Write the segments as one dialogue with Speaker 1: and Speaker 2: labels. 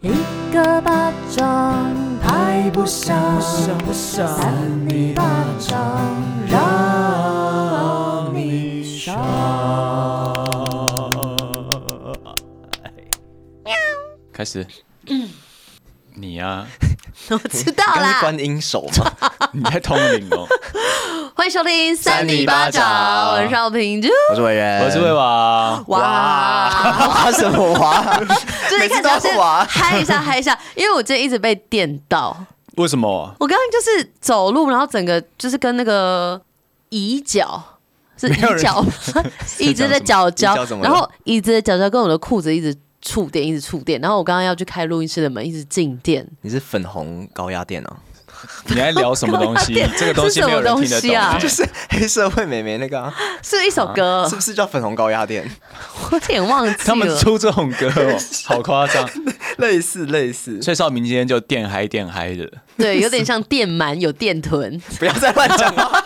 Speaker 1: 一个巴掌拍不响，
Speaker 2: 不想
Speaker 1: 三你巴掌让你爽。
Speaker 3: 开始。 你啊呀、
Speaker 1: 我知道
Speaker 2: 刚是
Speaker 1: 啦，
Speaker 2: 观音手 嘛，
Speaker 3: 你在通灵哦。
Speaker 1: 欢迎收听三
Speaker 2: 你
Speaker 1: 你
Speaker 2: 巴
Speaker 1: 巴掌，
Speaker 2: 掌
Speaker 1: 我是少平就
Speaker 2: 我是伟人，
Speaker 3: 我是魏娃，
Speaker 1: 哇。
Speaker 2: 哇 什么哇？
Speaker 1: 就是一开始要先
Speaker 2: 每次都玩
Speaker 1: 嗨一下嗨一下，因为我今天一直被电到，
Speaker 3: 为什么？
Speaker 1: 我刚刚就是走路，然后整个就是跟那个椅脚。是
Speaker 3: 没有
Speaker 1: 椅
Speaker 3: 人
Speaker 1: 脚吗，椅子的脚
Speaker 2: 椅
Speaker 1: 脚
Speaker 2: 脚怎，么了
Speaker 1: 然后椅子的脚脚跟我的裤子一直触电，一直触电。然后我刚刚要去开录音室的门，一直静电。
Speaker 2: 你是粉红高压电哦，
Speaker 3: 你在聊什么东 西
Speaker 1: 电？
Speaker 3: 这个东西没有人听得
Speaker 1: 是什么东
Speaker 3: 懂、
Speaker 1: 西啊
Speaker 3: 欸
Speaker 2: 就是黑社会美眉那个 啊，
Speaker 1: 是不是一首歌
Speaker 2: 是，不是叫粉红高压电？
Speaker 1: 我有点忘记了。
Speaker 3: 他们出这种歌哦，好夸张。
Speaker 2: 类似类似，
Speaker 3: 所以少明今天就电嗨电嗨的，
Speaker 1: 对，有点像电鳗有电臀，
Speaker 2: 不要再乱讲 话，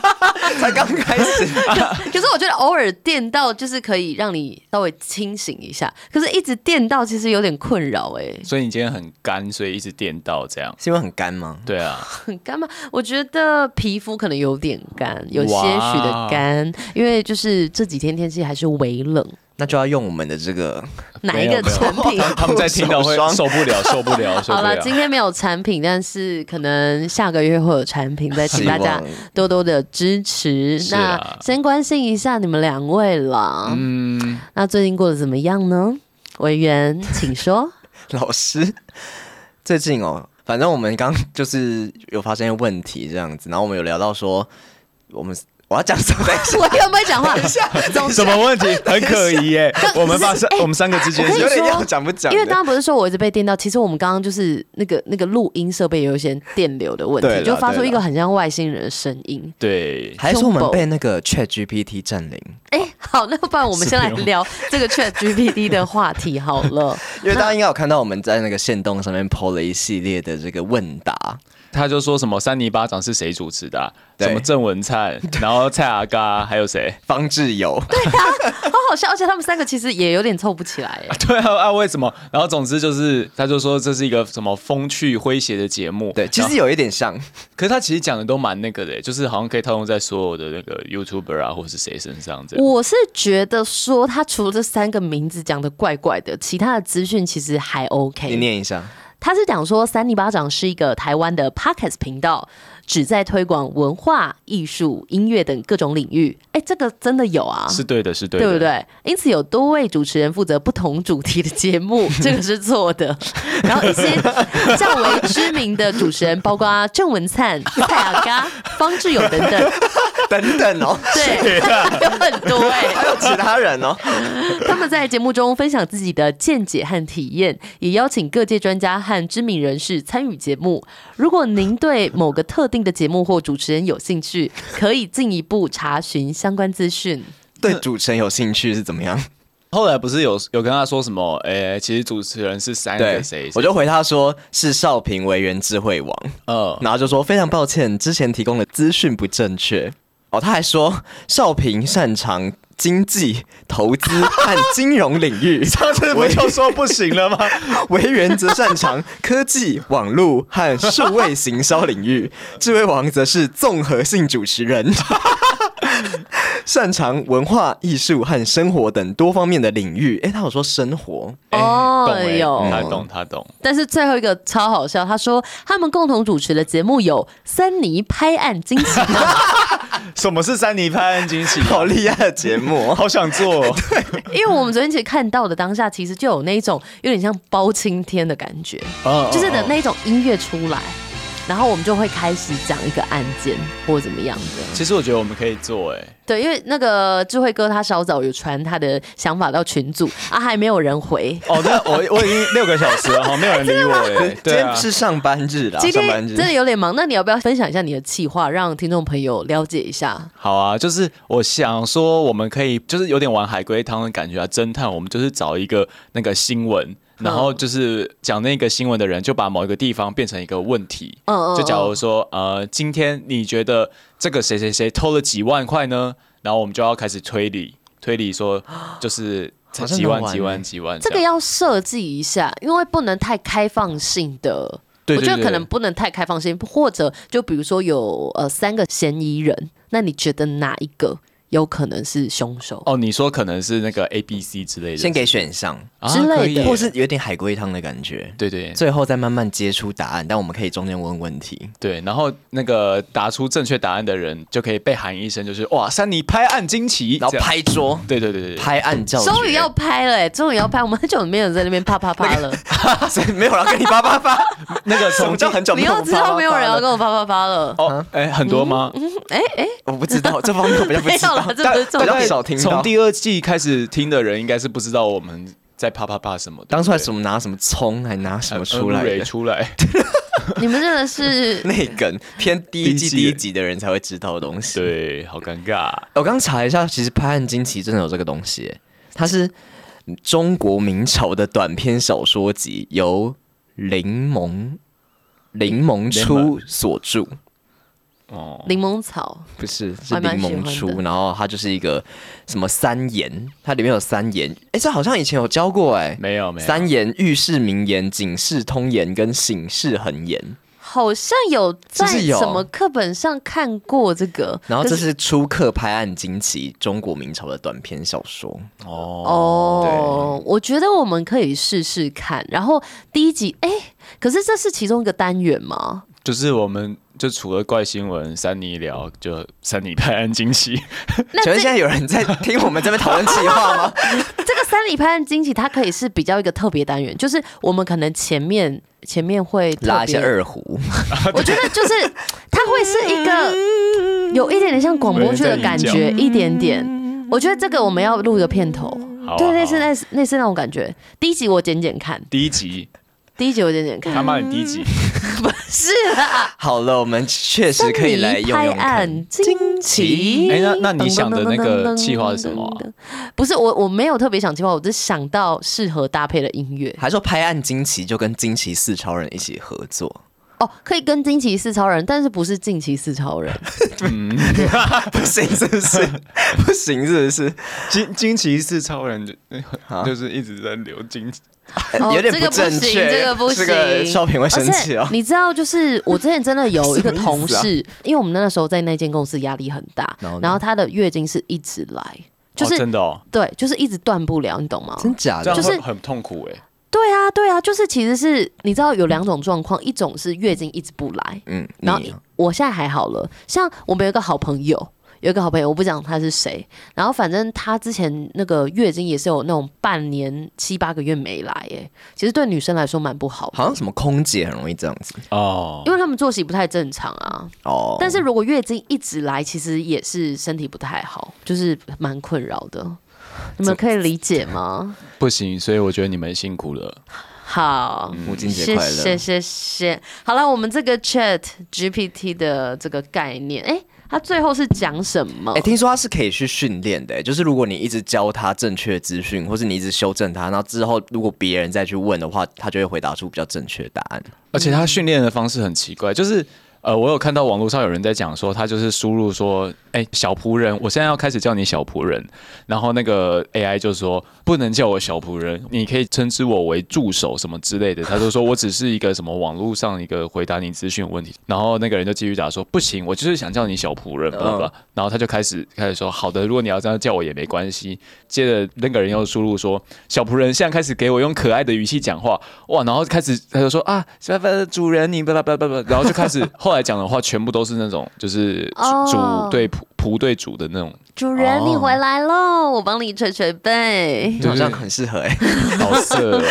Speaker 2: 才刚开始。
Speaker 1: 可是我觉得偶尔电到就是可以让你稍微清醒一下，可是一直电到其实有点困扰哎、
Speaker 3: 所以你今天很干，所以一直电到这样。
Speaker 2: 是因为很干吗？
Speaker 3: 对啊，
Speaker 1: 很 干吗？我觉得皮肤可能有点干，有些许的干，因为就是这几天天气还是微冷。
Speaker 2: 那就要用我们的这个，
Speaker 1: 哪一个产 品？
Speaker 3: 他们在听到会
Speaker 2: 手霜
Speaker 3: 受不了，受不了，受
Speaker 1: 好
Speaker 3: 不
Speaker 1: 了，
Speaker 3: 了。
Speaker 1: 今天没有产品，但是可能下个月会有产品，再请大家
Speaker 2: 希望
Speaker 1: 多多的支持。
Speaker 3: 是
Speaker 1: 那
Speaker 3: 啊
Speaker 1: 先关心一下你们两位了，
Speaker 3: 嗯，
Speaker 1: 那最近过得怎么样呢？委员，请说。
Speaker 2: 老师，最近哦，反正我们刚就是有发现问题这样子，然后我们有聊到说，我们我要讲什么？
Speaker 1: 我又不会讲话， 总之
Speaker 3: 什
Speaker 1: 啊
Speaker 3: 么问题？很可疑 耶、
Speaker 1: 哎
Speaker 3: 我们发生，我们三个之间
Speaker 1: 我跟你
Speaker 2: 有点
Speaker 1: 说
Speaker 2: 要讲不讲的？
Speaker 1: 因为刚刚不是说我一直被电到，其实我们刚刚就是那个那个录音设备有一些电流的问
Speaker 2: 对
Speaker 1: 题，
Speaker 2: 啦
Speaker 1: 就发出
Speaker 2: 对啦
Speaker 1: 一个很像外星人的声音。
Speaker 3: 对，
Speaker 2: 还是我们被那个 Chat GPT 占领，
Speaker 1: 哎、好，那不然我们先来
Speaker 3: 是没有
Speaker 1: 聊这个 Chat GPT 的话题好了。
Speaker 2: 因为大家应该有看到我们在那个线动上面 PO 了一系列的这个问答，
Speaker 3: 他就说什么三尼巴掌是谁主持的啊、
Speaker 2: 对
Speaker 3: 什么郑文 灿，然后蔡阿嘎，还有谁？
Speaker 2: 方志友，
Speaker 1: 好好笑，而且他们三个其实也有点凑不起来、哎
Speaker 3: 对啊啊，为什么？然后总之就是，他就说这是一个什么风趣诙谐的节目。
Speaker 2: 对，其
Speaker 3: 然
Speaker 2: 实
Speaker 3: 后，
Speaker 2: 有一点 像，
Speaker 3: 可是他其实讲的都蛮那个的，欸就是好像可以套用在所有的那个 YouTuber 啊，或是谁身上这样。
Speaker 1: 我是觉得说他除了这三个名字讲的怪怪的，其他的资讯其实还
Speaker 2: 你
Speaker 1: OK。
Speaker 2: 念一下，
Speaker 1: 他是讲说三尼巴掌是一个台湾的 Podcast 频道，旨在推广文化、艺术、音乐等各种领域。哎、这个真的有啊？
Speaker 3: 是对的，是对的，
Speaker 1: 对不？对？因此有多位主持人负责不同主题的节目，这个是错的。然后一些较为知名的主持人，包括郑文灿、蔡雅嘎、方志友等等，
Speaker 2: 等等哦，
Speaker 1: 对，有很多哎、
Speaker 2: 还有其他人 哦，
Speaker 1: 他们在节目中分享自己的见解和体验，也邀请各界专家和知名人士参与节目。如果您对某个特定的节目或主持人有兴趣，可以进一步查询相关资讯。
Speaker 2: 对主持人有兴趣是怎么样？
Speaker 3: 后来不是有有跟他说什么？诶、其实主持人是三
Speaker 2: 对
Speaker 3: 个哎谁？，
Speaker 2: 我就回他说是少平为人智慧王，
Speaker 3: 呃，
Speaker 2: 然后就说非常抱歉，之前提供的资讯不正确。哦，他还说少平擅长经济、投资和金融领 域，
Speaker 3: 上次不就说不行 了吗？
Speaker 2: 维园则擅长科技、网络和数位行销 领域，智慧王则是综合性主持人， 擅长文化、艺术和生活等多方面的领域。诶，他有说 生活，
Speaker 3: 诶
Speaker 1: 哦
Speaker 3: 懂哎诶
Speaker 1: 有
Speaker 3: 他懂，他懂。
Speaker 1: 但是最后一个超好笑，他说他们共同主持的节目有三尼拍案惊喜吗，
Speaker 3: 什么是三尼拍案 惊喜？
Speaker 2: 好厉害的节目哦！
Speaker 3: 好想做、 哦。
Speaker 1: 因为我们昨天其实看到的当下，其实就有那一种有点像包青天的感觉，
Speaker 3: 嗯
Speaker 1: 就是
Speaker 3: 嗯
Speaker 1: 的
Speaker 3: 嗯
Speaker 1: 那一种音乐出来，然后我们就会开始讲一个案件或怎么样的。
Speaker 3: 其实我觉得我们可以做、欸诶。
Speaker 1: 对，因为那个智慧哥他稍早有传他的想法到群组啊，还没有人回。
Speaker 3: 哦，那我我已经六个小时了， 哈，没有人理我哎。
Speaker 2: 今
Speaker 3: 对
Speaker 2: 天
Speaker 3: 啊，
Speaker 2: 是上班日啦，
Speaker 1: 今
Speaker 2: 上
Speaker 1: 天
Speaker 2: 班
Speaker 1: 真
Speaker 2: 日。
Speaker 1: 的有点忙，那你要不要分享一下你的计划，让听众朋友了解一下？
Speaker 3: 好啊，就是我想说，我们可以就是有点玩海龟汤的感觉啊，侦探，我们就是找一个那个新闻。然后就是讲那个新闻的人，就把某一个地方变成一个问题。
Speaker 1: 嗯嗯嗯
Speaker 3: 就假如说，呃，今天你觉得这个谁谁谁偷了几万块呢？然后我们就要开始推理，推理说就是才
Speaker 2: 好像
Speaker 3: 几万
Speaker 2: 很好玩
Speaker 3: 几
Speaker 2: 欸
Speaker 3: 万几万
Speaker 1: 这个
Speaker 3: 样
Speaker 1: 要设计一下，因为不能太开放性的。
Speaker 3: 对对
Speaker 1: 我觉得
Speaker 3: 对
Speaker 1: 可能不能太开放性，或者就比如说有呃三个嫌疑人，那你觉得哪一个有可能是凶手？
Speaker 3: 哦，你说可能是那个 A B C 之类的，
Speaker 2: 先给选项，
Speaker 3: 啊
Speaker 1: 之类的
Speaker 3: 可以耶
Speaker 2: 或是有点海龟汤的感觉，
Speaker 3: 对对
Speaker 2: 最后再慢慢接出答案，但我们可以中间问问题。
Speaker 3: 对，然后那个答出正确答案的人就可以被喊一声，就是哇，山泥拍案惊奇，
Speaker 2: 然后
Speaker 3: 这样，
Speaker 2: 拍桌，
Speaker 3: 对对对对对，
Speaker 2: 拍案叫绝，
Speaker 1: 终于要拍了、欸，终于要拍，我们很久没有在那边啪啪啪 了。
Speaker 2: 谁没有人要跟你叭 叭叭，
Speaker 3: 那个
Speaker 2: 什
Speaker 3: 从
Speaker 2: 么叫很久
Speaker 1: 你
Speaker 2: 没有
Speaker 1: 又知道没有人要跟我啪啪啪了？
Speaker 2: 啊
Speaker 3: 哦，哎，很多吗？
Speaker 2: 我不知道这方面我比较不
Speaker 1: 没
Speaker 2: 知
Speaker 1: 有
Speaker 2: 道
Speaker 1: 了，，嗯这不是重
Speaker 2: 比较
Speaker 1: 点。
Speaker 2: 少听到
Speaker 3: 从第二季开始听的人，应该是不知道我们在啪啪啪什么，呃
Speaker 2: 当初还
Speaker 3: 还
Speaker 2: 什么拿什么葱，还拿什么出来的
Speaker 3: 出来，
Speaker 1: 你们真的是
Speaker 2: 那梗，偏第一季
Speaker 3: 第一季
Speaker 2: 第一集的人才会知道的东西。
Speaker 3: 对，好尴尬。
Speaker 2: 我刚查一下，其实《拍案惊奇》真的有这个东西耶，它是中国明朝的短篇小说集，由林蒙林蒙初所著，
Speaker 3: 哦，
Speaker 1: 柠檬草，
Speaker 2: 不是
Speaker 1: 我
Speaker 2: 是
Speaker 1: 还蛮
Speaker 2: 林蒙
Speaker 1: 喜欢
Speaker 2: 初，
Speaker 1: 的
Speaker 2: 然后它就是一个什么三言，它里面有三言，哎，这好像以前有教过哎，
Speaker 3: 没有没啊有，
Speaker 2: 三言寓事名言、警示通言跟醒世恒言，
Speaker 1: 好像有在
Speaker 2: 是不是有
Speaker 1: 什么课本上看过这个。
Speaker 2: 然后这
Speaker 1: 可是
Speaker 2: 是初刻《拍案惊奇》中国明朝的短篇小说，
Speaker 1: 哦，我觉得我们可以试试看。然后第一集，哎、可是这是其中一个单元吗？
Speaker 3: 就是我们就除了怪新闻、三尼聊，就三尼拍案惊奇，
Speaker 1: 那
Speaker 2: 请问
Speaker 1: 这
Speaker 2: 现在有人在听我们这边讨论企 划吗？
Speaker 1: 这个三里拍案惊奇，它可以是比较一个特别单元，就是我们可能前面前面会特别
Speaker 2: 拉一些二胡，
Speaker 1: 我觉得就是它会是一个 有一点点像广播剧的感
Speaker 3: 有
Speaker 1: 觉，一点点。我觉得这个我们要录一个片头，
Speaker 3: 嗯好啊
Speaker 1: 对，
Speaker 3: 好啊
Speaker 1: 类似类似类似那种感觉。第一集我剪剪看，
Speaker 3: 第一集，
Speaker 1: 第一集我剪剪
Speaker 3: 他
Speaker 1: 看，
Speaker 3: 妈的第一集，
Speaker 2: 嗯
Speaker 1: 是啊，
Speaker 2: 好了，我们确实可以来用
Speaker 1: 拍
Speaker 2: 用看。
Speaker 1: 案惊奇。
Speaker 3: 哎那那你想的那个计划是什么啊？
Speaker 1: 不是我，我没有特别想计划，我只想到适合搭配的音乐
Speaker 2: 还说拍案惊奇就跟惊奇四超人一起合作，
Speaker 1: 哦，可以跟惊奇四超人，但是不是惊奇四超人？
Speaker 2: 不行是不是？不行是不是？
Speaker 3: 惊惊奇是超人，就
Speaker 2: 啊
Speaker 3: 就是一直在流惊奇，
Speaker 2: 呃
Speaker 1: 哦
Speaker 2: 有点
Speaker 1: 这个不
Speaker 2: 正
Speaker 1: 行
Speaker 2: 确，
Speaker 1: 这个不行，
Speaker 2: 这个少平会生气
Speaker 1: 而
Speaker 2: 哦
Speaker 1: 且。你知道，就是我之前真的有一个同
Speaker 2: 什么啊
Speaker 1: 事，因为我们那个时候在那间公司压力很大，
Speaker 2: 然后呢
Speaker 1: 然后她的月经是一直来，就
Speaker 3: 哦
Speaker 1: 是
Speaker 3: 真的哦，
Speaker 1: 对，就是一直断不了，你懂吗？
Speaker 2: 真假
Speaker 3: 这样
Speaker 2: 的？
Speaker 1: 就
Speaker 3: 会
Speaker 1: 是
Speaker 3: 很痛苦哎。
Speaker 1: 对啊，对啊，就是其实是你知道有两种状况，一种是月经一直不来，
Speaker 2: 嗯，
Speaker 1: 然后
Speaker 2: 你
Speaker 1: 我现在还好了，像我们有一个好朋友，有一个好朋友，我不讲他是谁，然后反正他之前那个月经也是有那种半年七八个月没来，哎，其实对女生来说蛮不好的
Speaker 2: 好像什么空姐很容易这样子
Speaker 3: 哦
Speaker 1: 因，为他们作息不太正常啊。
Speaker 2: 哦。
Speaker 1: 但是如果月经一直来，其实也是身体不太好，就是蛮困扰的。你们可以理解 吗？
Speaker 3: 不行，所以我觉得你们辛苦了。
Speaker 1: 好，
Speaker 2: 母亲节
Speaker 1: 谢
Speaker 2: 快
Speaker 1: 谢
Speaker 2: 乐！
Speaker 1: 谢谢。好了，我们这个 Chat GPT 的这个概念，哎、它最后是讲什么？
Speaker 2: 哎，听说他是可以去训练的，就是如果你一直教他正确的资讯，或是你一直修正他，然后之后如果别人再去问的话，他就会回答出比较正确的答案。
Speaker 3: 而且他训练的方式很奇怪，就是呃，我有看到网络上有人在讲说，他就是输入说，哎、小仆人，我现在要开始叫你小仆人，然后那个 AI 就说不能叫我小仆人，你可以称之我为助手什么之类的。他就说我只是一个什么网络上一个回答你资讯问题，然后那个人就继续打说不行，我就是想叫你小仆人，吧吧。然后他就开始开始说好的，如果你要这样叫我也没关系。接着那个人又输入说小仆人现在开始给我用可爱的语气讲话，哇，然后开始他就说啊，主人你叭叭叭叭叭，然后就开始后来讲的话全部都是那种就是主
Speaker 1: 哦
Speaker 3: 主对仆仆对主的那种，
Speaker 1: 主人，
Speaker 2: 哦
Speaker 1: 你回来喽，我帮你捶捶背。
Speaker 2: 好像
Speaker 3: 对
Speaker 2: 很适合哎。
Speaker 3: 好色、哦。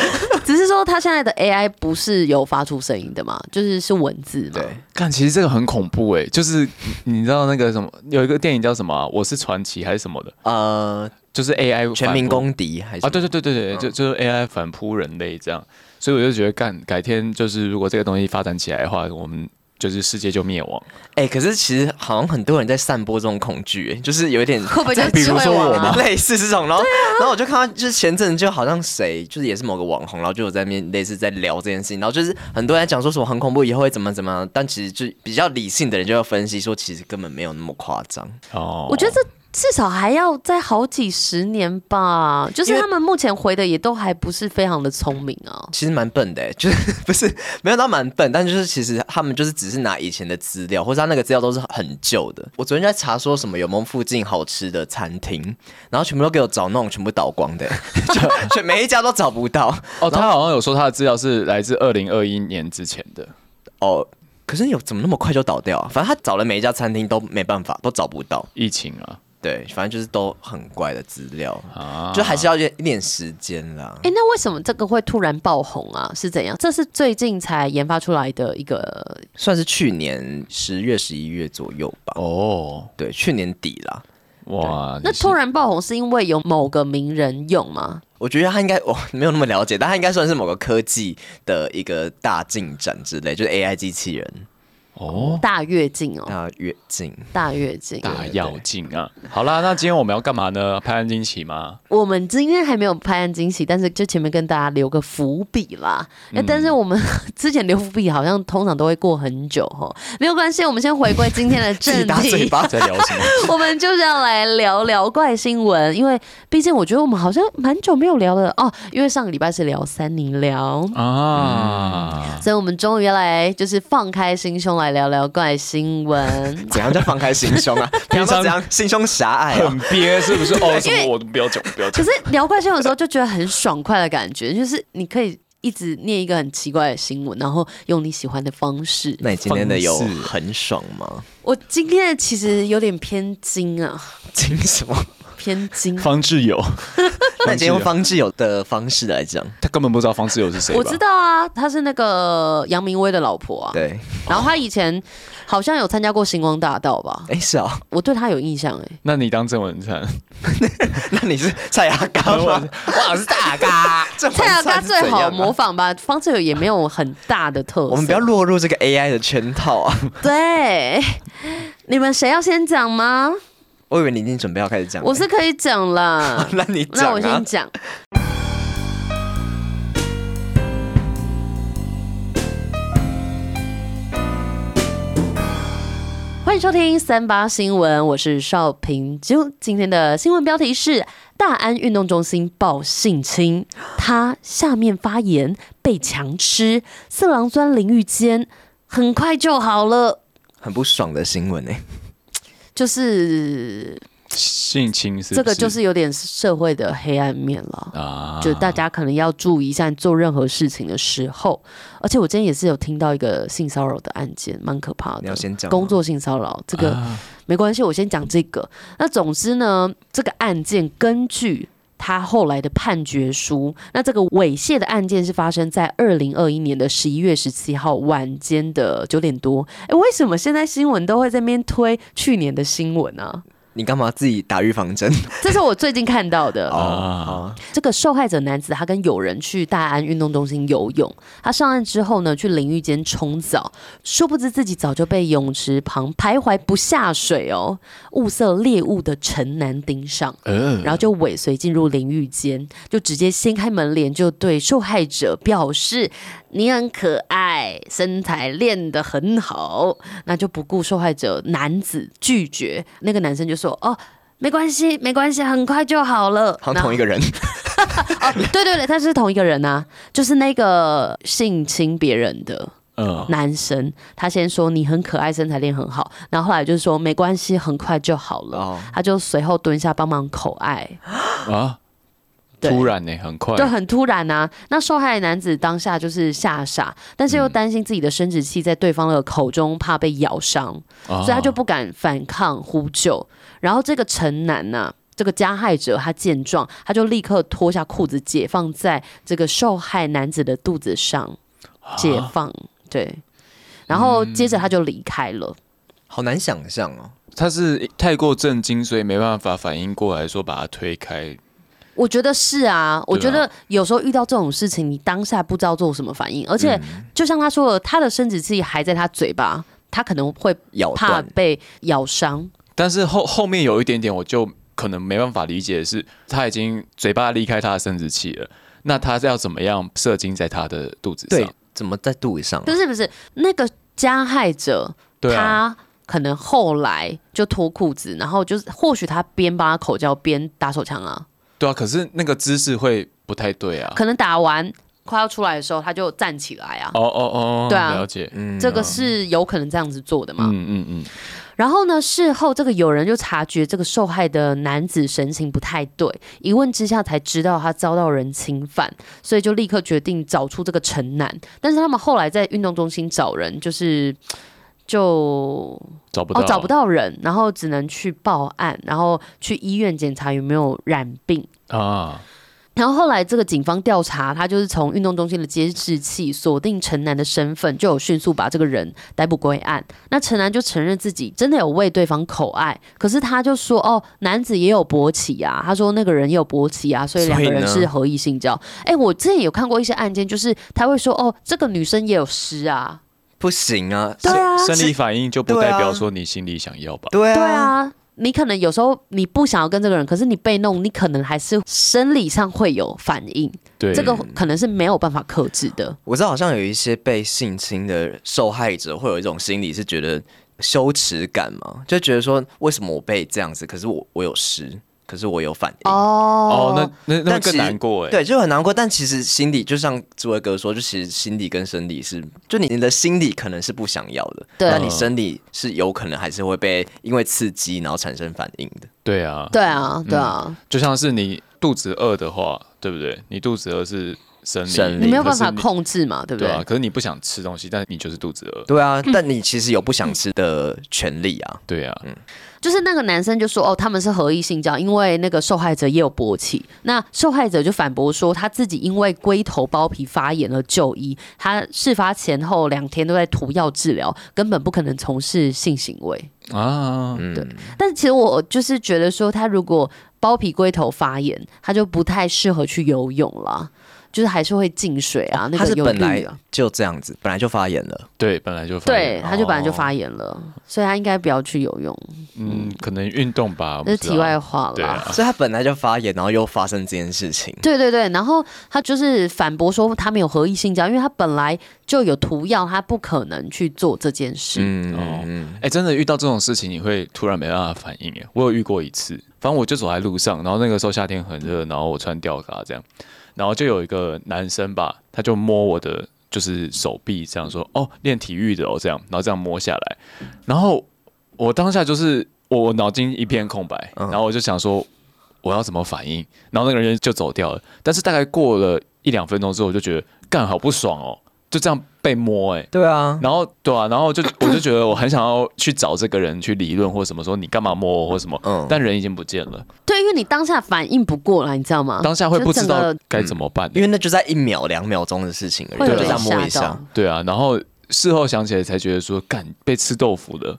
Speaker 1: 只是说，它现在的 AI 不是有发出声音的嘛，就是是文字嘛。
Speaker 2: 对，
Speaker 3: 看，其实这个很恐怖哎、就是你你知道那个什么，有一个电影叫什么啊、我是传奇》还是什么的，
Speaker 2: 呃，
Speaker 3: 就是 AI
Speaker 2: 全
Speaker 3: 反
Speaker 2: 民
Speaker 3: 扑
Speaker 2: 公嗯敌还是
Speaker 3: 啊，对对对对对，就就是 AI 反扑人类这样，所以我就觉得干改天就是如果这个东西发展起来的话，我们就是世界就灭亡。
Speaker 2: 哎、可是其实好像很多人在散播这种恐惧，哎就是有一点
Speaker 1: 会不会就是
Speaker 2: 比如
Speaker 1: 智慧
Speaker 2: 说
Speaker 1: 网
Speaker 2: 我
Speaker 1: 啊
Speaker 2: 们 类似这种，然后、然后我就看到就是前阵子就好像谁就是也是某个网红，然后就有在面类似在聊这件事情，然后就是很多人在讲说什么很恐怖，以后会怎么怎么样，但其实就比较理性的人就要分析说，其实根本没有那么夸张。
Speaker 3: 哦
Speaker 1: 我觉得这至少还要再好几十年吧。就是
Speaker 2: 因为
Speaker 1: 他们目前回的也都还不是非常的聪明啊。
Speaker 2: 其实蛮笨的、欸， 就是不是没有到蛮笨，但就是其实他们就是只是拿以前的资料，或者他那个资料都是很旧的。我昨天就在查说什么有没有附近好吃的餐厅，然后全部都给我找那种全部倒光的、欸， 就就每一家都找不到。
Speaker 3: 哦，他好像有说他的资料是来自二零二一年之前的。
Speaker 2: 哦，可是有怎么那么快就倒掉啊？反正他找了每一家餐厅都没办法，都找不到。
Speaker 3: 疫情啊
Speaker 2: 对，反正就是都很怪的资料，
Speaker 3: 啊，
Speaker 2: 就还是要一点一点时间啦。
Speaker 1: 哎、那为什么这个会突然爆红啊？是怎样？这是最近才研发出来的一个
Speaker 2: 算是去年十月、十一月左右吧。
Speaker 3: 哦
Speaker 2: 对，去年底啦。
Speaker 3: 哇，
Speaker 1: 那
Speaker 3: 你是
Speaker 1: 突然爆红是因为有某个名人用吗？
Speaker 2: 我觉得他应该 我没有那么了解，但他应该算是某个科技的一个大进展之类，就是 AI 机器人
Speaker 3: 哦
Speaker 1: 大跃进哦，
Speaker 2: 啊跃进。
Speaker 1: 大跃进。
Speaker 3: 大要进啊！好啦，那今天我们要干嘛呢？拍案惊奇吗？，
Speaker 1: 我们今天还没有拍案惊喜，但是就前面跟大家留个伏笔啦。那、
Speaker 2: 嗯
Speaker 1: 但是我们 之前留伏笔好像通常都会过很久哈，没有关系，我们先回归今天的
Speaker 2: 自己
Speaker 1: 正
Speaker 2: 打嘴
Speaker 1: 题。
Speaker 2: 巴。
Speaker 3: 在聊什么？
Speaker 1: 我们就是要来聊聊怪新闻，因为毕竟我觉得我们好像蛮久没有聊了哦，因为上个礼拜是聊三尼聊，
Speaker 3: 啊，
Speaker 1: 所以我们终于要来就是放开心胸来聊聊怪新闻
Speaker 2: 怎样就放开心 胸啊？平常
Speaker 3: 常
Speaker 2: 怎样心胸狭隘啊？
Speaker 3: 很憋是 不是？哦，什
Speaker 1: 因为
Speaker 3: 么我都不要讲，不要
Speaker 1: 可
Speaker 3: 讲。
Speaker 1: 是聊怪新闻的时候就觉得很爽快的感觉，就是你可以一直念一个很奇怪的新闻，然后用你喜欢的方式。
Speaker 2: 那你今天的有
Speaker 3: 方式
Speaker 2: 很爽吗？
Speaker 1: 我今天的其实有点偏精啊，
Speaker 2: 听什么？
Speaker 1: 偏 精。
Speaker 3: 方志友，
Speaker 2: 那你今天用方志友的方式来讲，
Speaker 3: 他根本不知道方志友是谁吧。
Speaker 1: 我知道啊，她是那个杨明威的老婆啊，
Speaker 2: 对，
Speaker 1: 然后她以前好像有参加过星光大道吧，
Speaker 2: 哎是啊，
Speaker 1: 我对她有印象哎、
Speaker 3: 那你当郑文灿，
Speaker 2: 那你是蔡雅刚吗？
Speaker 3: 哇，是大咖。
Speaker 2: 这
Speaker 1: 蔡雅刚最好模
Speaker 2: 仿。
Speaker 1: 仿吧，方志友也没有很大的特色。
Speaker 2: 啊我们不要落入这个 AI 的圈套啊！
Speaker 1: 对，你们谁要先讲吗？
Speaker 2: 我以为你已经准备要开始讲了，，
Speaker 1: 我是可以讲啦
Speaker 2: 那你讲啊
Speaker 1: 那我先讲。欢迎收听三八新闻，我是邵平啾。今天的新闻标题是：大安运动中心报性侵，他下面发炎被强吃，四郎钻淋浴间，很快就好了。
Speaker 2: 很不爽的新闻哎、
Speaker 1: 就是
Speaker 3: 性侵是不
Speaker 1: 这个就是有点社会的黑暗面了。
Speaker 3: 啊，
Speaker 1: 就大家可能要注意一下，你做任何事情的时候。而且我今天也是有听到一个性骚扰的案件，蛮可怕的。
Speaker 2: 你要先讲吗啊
Speaker 1: 工作性骚扰这个、没关系，我先讲这个。那总之呢，这个案件根据。他后来的判决书，那这个猥亵的案件是发生在二零二一年的十一月十七号晚间的九点多。哎，为什么现在新闻都会在那边推去年的新闻啊？
Speaker 2: 你干嘛自己打预 防针？
Speaker 1: 这是我最近看到的。
Speaker 3: 啊
Speaker 2: 哦，
Speaker 1: 这个受害者男子他跟友人去大安运动中心游泳，他上岸之后呢，去淋浴间冲澡，殊不知自己早就被泳池旁徘徊不下水哦，物色猎物的陈男盯上，
Speaker 3: 呃
Speaker 1: 然后就尾随进入淋浴间，就直接掀开门帘，就对受害者表示你很可爱，身材练得很好，那就不顾受害者男子拒绝，那个男生就说哦。没关系，没关系，很快就好了。
Speaker 2: 好
Speaker 1: 那
Speaker 2: 像同一个人，
Speaker 1: 对对对，他是同一个人啊，就是那个性侵别人的
Speaker 3: 嗯，
Speaker 1: 男生，他先说你很可爱，身材练很好，然后后来就说没关系，很快就好了。
Speaker 2: 哦
Speaker 1: 他就随后蹲下帮忙口爱，
Speaker 3: 啊，
Speaker 1: 对
Speaker 3: 突然呢、很快，
Speaker 1: 对，很突然啊。那受害男子当下就是吓傻，但
Speaker 3: 嗯
Speaker 1: 是又担心自己的生殖器在对方的口中怕被咬伤，
Speaker 3: 啊
Speaker 1: 所以他就不敢反抗呼救。然后这个陈男呐、这个加害者他见状，他就立刻脱下裤子解放在这个受害男子的肚子上解放，对。然后接着他就离开了，
Speaker 2: 好难想象哦。
Speaker 3: 他是太过震惊，所以没办法反应过来说把他推开。
Speaker 1: 我觉得是啊，我
Speaker 3: 对
Speaker 1: 觉
Speaker 3: 啊
Speaker 1: 得有时候遇到这种事情，你当下不知道做什么反应，而且就像他说的，他的生殖器还在他嘴巴，他可能会
Speaker 2: 咬
Speaker 1: 怕
Speaker 2: 断
Speaker 1: 被咬伤，
Speaker 3: 但是后后面有一点点，我就可能没办法理解的是，他已经嘴巴离开他的生殖器了，那他要怎么样射精在他的肚子
Speaker 2: 对
Speaker 3: 上？，
Speaker 2: 怎么在肚子上啊？
Speaker 1: 不是不是那个加害者，
Speaker 3: 对啊
Speaker 1: 他可能后来就脱裤子，然后就是或许他边帮他口交边打手枪啊，
Speaker 3: 对啊，可是那个姿势会不太对啊。
Speaker 1: 可能打完快要出来的时候他就站起来啊，
Speaker 3: 哦哦哦，
Speaker 1: 对啊
Speaker 3: 了解，嗯
Speaker 1: 这个是有可能这样子做的嘛？
Speaker 3: 嗯嗯嗯，
Speaker 1: 然后呢，事后这个友人就察觉这个受害的男子神情不太对，一问之下才知道他遭到人侵犯，所以就立刻决定找出这个陈男。但是他们后来在运动中心找人，就是就
Speaker 3: 找不到，
Speaker 1: 哦找不。到人，然后只能去报案，然后去医院检查有没有染病。
Speaker 3: 啊，
Speaker 1: 然后后来这个警方调查，他就是从运动中心的监视器锁定陈楠的身份，就有迅速把这个人逮捕归案。那陈楠就承认自己真的有为对方口爱，可是他就说哦，男子也有勃起啊，他说那个人也有勃起啊，所以两个人
Speaker 2: 所以
Speaker 1: 是
Speaker 2: 呢
Speaker 1: 合意性交。哎，我之前有看过一些案件，就是他会说哦，这个女生也有湿啊，
Speaker 2: 不行啊，
Speaker 1: 对啊
Speaker 3: 生理反应就不
Speaker 2: 对啊
Speaker 3: 代表说你心里想要吧？
Speaker 2: 对
Speaker 1: 对
Speaker 2: 啊，
Speaker 1: 啊。你可能有时候你不想要跟这个人，可是你被弄，你可能还是生理上会有反应，
Speaker 3: 对，
Speaker 1: 这个哦可能是没有办法克制的。
Speaker 2: 我知道好像有一些被性侵的受害者会有一种心理是觉得羞耻感嘛，就觉得说为什么我被这样子，可是我我有湿，可是我有反应。
Speaker 1: 哦
Speaker 3: 哦，那那那会
Speaker 2: 但其
Speaker 3: 更
Speaker 2: 实
Speaker 3: 难过哎。
Speaker 2: 对，就很难过。但其实心里就像朱伟哥说，就其实心理跟生理是，就你的心理可能是不想要的，
Speaker 1: 对
Speaker 2: 但
Speaker 3: 嗯
Speaker 2: 你生理是有可能还是会被因为刺激然后产生反应的。
Speaker 3: 对啊，
Speaker 1: 对啊，对啊，
Speaker 3: 就像是你肚子饿的话，对不对？你肚子饿是生理，
Speaker 2: 生
Speaker 1: 啊
Speaker 2: 理
Speaker 1: 你没有办法
Speaker 3: 可是你
Speaker 1: 控制嘛，对不
Speaker 3: 对
Speaker 1: 对？
Speaker 3: 啊，可是你不想吃东西，但是你就是肚子饿。
Speaker 2: 对啊，但你其实有不想吃的权利啊。
Speaker 3: 对啊，
Speaker 1: 就是那个男生就说哦，他们是合意性交，因为那个受害者也有勃起。那受害者就反驳说，他自己因为龟头包皮发炎而就医，他事发前后两天都在涂药治疗，根本不可能从事性行为。
Speaker 3: 啊，
Speaker 2: 嗯
Speaker 1: 但是其实我就是觉得说，他如果包皮龟头发炎，他就不太适合去游泳啦，就是还是会进水啊，那
Speaker 2: 他
Speaker 1: 个
Speaker 2: 是
Speaker 1: 有
Speaker 2: 本来
Speaker 1: 氯啊
Speaker 2: 就这样子，本来就发炎 了。
Speaker 3: 对，本来就发
Speaker 1: 对，
Speaker 3: 炎
Speaker 1: 他就本来就
Speaker 3: 哦
Speaker 1: 发炎了，所以他应该不要去游泳。
Speaker 3: 嗯，可能运动吧，我不
Speaker 1: 那是
Speaker 3: 知道
Speaker 1: 题外话
Speaker 3: 对
Speaker 1: 啦。
Speaker 3: 啊，
Speaker 2: 所以他本来就发炎，然后又发生这件 事情。
Speaker 1: 对对对，然后他就是反驳说他没有合意性交，因为他本来就有涂药，他不可能去做这件事。
Speaker 2: 嗯
Speaker 3: 哦
Speaker 2: 嗯，
Speaker 3: 哎、真的遇到这种事情，你会突然没办法反应耶。我有遇过一次，反正我就走在路上，然后那个时候夏天很热，然后我穿吊嘎这样，然后就有一个男生吧，他就摸我的就是手臂，这样说：“哦，练体育的哦，这样。”然后这样摸下来，然后我当下就是我我脑筋一片空白，
Speaker 2: 嗯
Speaker 3: 然后我就想说我要怎么反应，然后那个人就走掉了。但是大概过了一两分钟之后，我就觉得干好不爽哦，就这样被摸哎、
Speaker 2: 对啊，
Speaker 3: 然后对啊，然后就我就觉得我很想要去找这个人去理论或什么，说你干嘛摸我或什么，
Speaker 2: 嗯
Speaker 3: 但人已经不见了，
Speaker 1: 对，因为你当下反应不过来，你知道吗？
Speaker 3: 当下会
Speaker 1: 啊就
Speaker 3: 不知
Speaker 1: 整
Speaker 3: 道
Speaker 1: 个
Speaker 3: 该怎么办，
Speaker 2: 因为那就在一秒两秒钟的事情而
Speaker 1: 会
Speaker 2: 已，
Speaker 1: 有
Speaker 2: 就这样摸
Speaker 1: 点
Speaker 2: 一
Speaker 1: 吓
Speaker 2: 下
Speaker 1: 到。。
Speaker 3: 对啊，然后事后想起来才觉得说，干被吃豆腐的，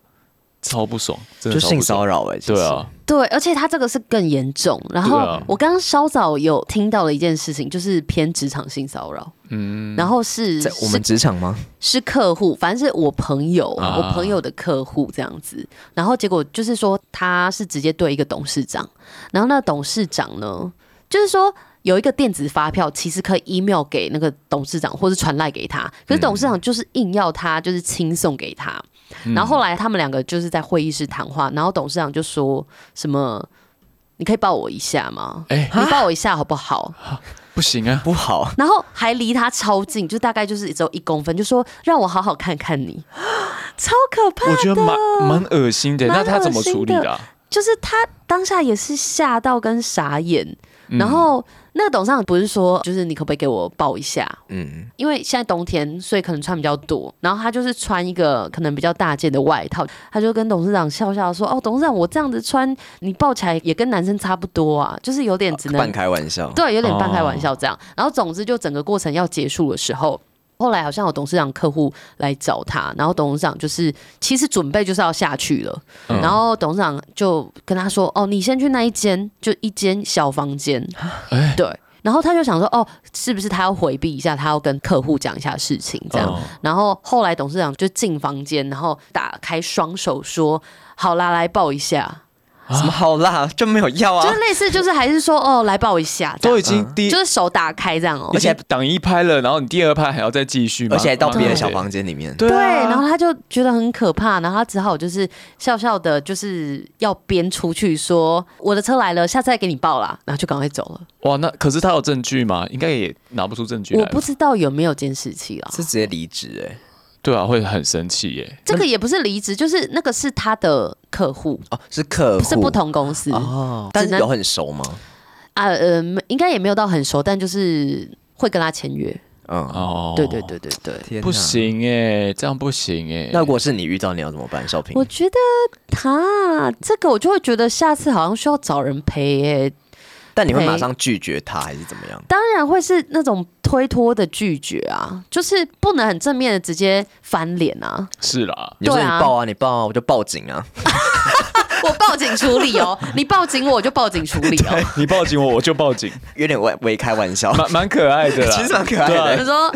Speaker 3: 超不爽，真
Speaker 2: 就
Speaker 3: 的超
Speaker 2: 性
Speaker 3: 不爽
Speaker 2: 骚扰哎、欸，
Speaker 3: 对啊，
Speaker 1: 对，而且他这个是更严重。然
Speaker 3: 对
Speaker 1: 后
Speaker 3: 啊
Speaker 1: 我刚刚稍早有听到的一件事情，就是偏职场性骚扰。嗯，然后是
Speaker 2: 其实，在我
Speaker 1: 是
Speaker 2: 们职场吗？
Speaker 1: 是客户，反正是我朋友，
Speaker 3: 啊
Speaker 1: 我朋友的客户这样子。然后结果就是说，他是直接对一个董事长，然后那个董事长呢，就是说有一个电子发票，其实可以 email 给那个董事长，或是传赖给他，可是董事长就是硬要他就是亲送给他。然后后来他们两个就是在会议室谈话，然后董事长就说什么。你可以抱我一下吗？
Speaker 3: 哎
Speaker 1: 你抱我一下好不好？
Speaker 3: 不行啊，
Speaker 2: 不好，
Speaker 1: 然后还离他超近，就大概就是只有一公分，就说让我好好看看你， 超可怕。
Speaker 3: 我觉得蛮蛮恶心的，
Speaker 1: 蛮
Speaker 3: 那他怎么处理的啊、
Speaker 1: 就是他当下也是吓到跟傻眼，然后那个董事长不是说，就是你可不可以给我抱一下？
Speaker 2: 嗯，
Speaker 1: 因为现在冬天，所以可能穿比较多，然后他就是穿一个可能比较大件的外套，他就跟董事长笑笑说：“哦，董事长，我这样子穿，你抱起来也跟男生差不多啊，就是有点只能
Speaker 2: 半开玩笑。
Speaker 1: 对，有点半开玩笑这样。然后总之就整个过程要结束的时候。后来好像有董事长客户来找他，然后董事长就是其实准备就是要下去了，然后董事长就跟他说：“哦，你先去那一间，就一间小房间。”对，然后他就想说：“哦，是不是他要回避一下，他要跟客户讲一下事情这样？”
Speaker 3: 哦
Speaker 1: 然后后来董事长就进房间，然后打开双手说：“好啦，来抱一下。”
Speaker 2: 什么好辣，就没有要
Speaker 1: 就
Speaker 2: 啊
Speaker 1: 是。类似，就是还是说哦，来抱一下，这
Speaker 3: 都
Speaker 1: 样
Speaker 3: 已经第一
Speaker 1: 就是手打开这样哦
Speaker 3: 而。且档一拍了，然后你第二拍还要再继续吗，
Speaker 2: 而且还到别人
Speaker 3: 的
Speaker 2: 小房间里面，
Speaker 3: 对
Speaker 1: 对，
Speaker 3: 啊
Speaker 1: 然后他就觉得很可怕，然后他只好就是笑笑的，就是要编出去说我的车来了，下次再给你报啦，然后就赶快走了。
Speaker 3: 哇，那可是他有证据吗？应该也拿不出证据来
Speaker 1: 我
Speaker 3: 吧。
Speaker 1: 不知道有没有监视器啦，
Speaker 2: 是直接离职哎。
Speaker 3: 对啊，会很生气耶。
Speaker 1: 这个也不是离职，就是那个是他的客户，
Speaker 2: 哦，是客户，
Speaker 1: 是不同公司啊，
Speaker 2: 哦，但
Speaker 1: 只
Speaker 2: 是
Speaker 1: 能
Speaker 2: 有很熟吗？
Speaker 1: 呃，没应该也没有到很熟，但就是会跟他签约。
Speaker 2: 嗯，
Speaker 1: 啊
Speaker 3: 哦，
Speaker 1: 对对，对对对，
Speaker 2: 天哪
Speaker 3: 不。行哎，这样不行哎。
Speaker 2: 那如果是你遇到，你要怎么办？少平
Speaker 1: 我，觉得他这个我就会觉得下次好像需要找人陪耶、
Speaker 2: 但你会
Speaker 1: 赔
Speaker 2: 马上拒绝他，还是怎么样？
Speaker 1: 当然会是那种推脱的拒绝啊，就是不能很正面的直接翻脸啊。
Speaker 3: 是啦，
Speaker 2: 你就说
Speaker 1: 对啊
Speaker 2: 你报啊，你报啊，我就报警啊。
Speaker 1: 我报警处理 哦，你报警我就报警处理哦。
Speaker 3: 你报警我我就报警，
Speaker 2: 有点微微开玩笑，
Speaker 3: 蛮蛮可爱的 啦，
Speaker 2: 其实蛮可爱的
Speaker 3: 对啊
Speaker 1: 他说。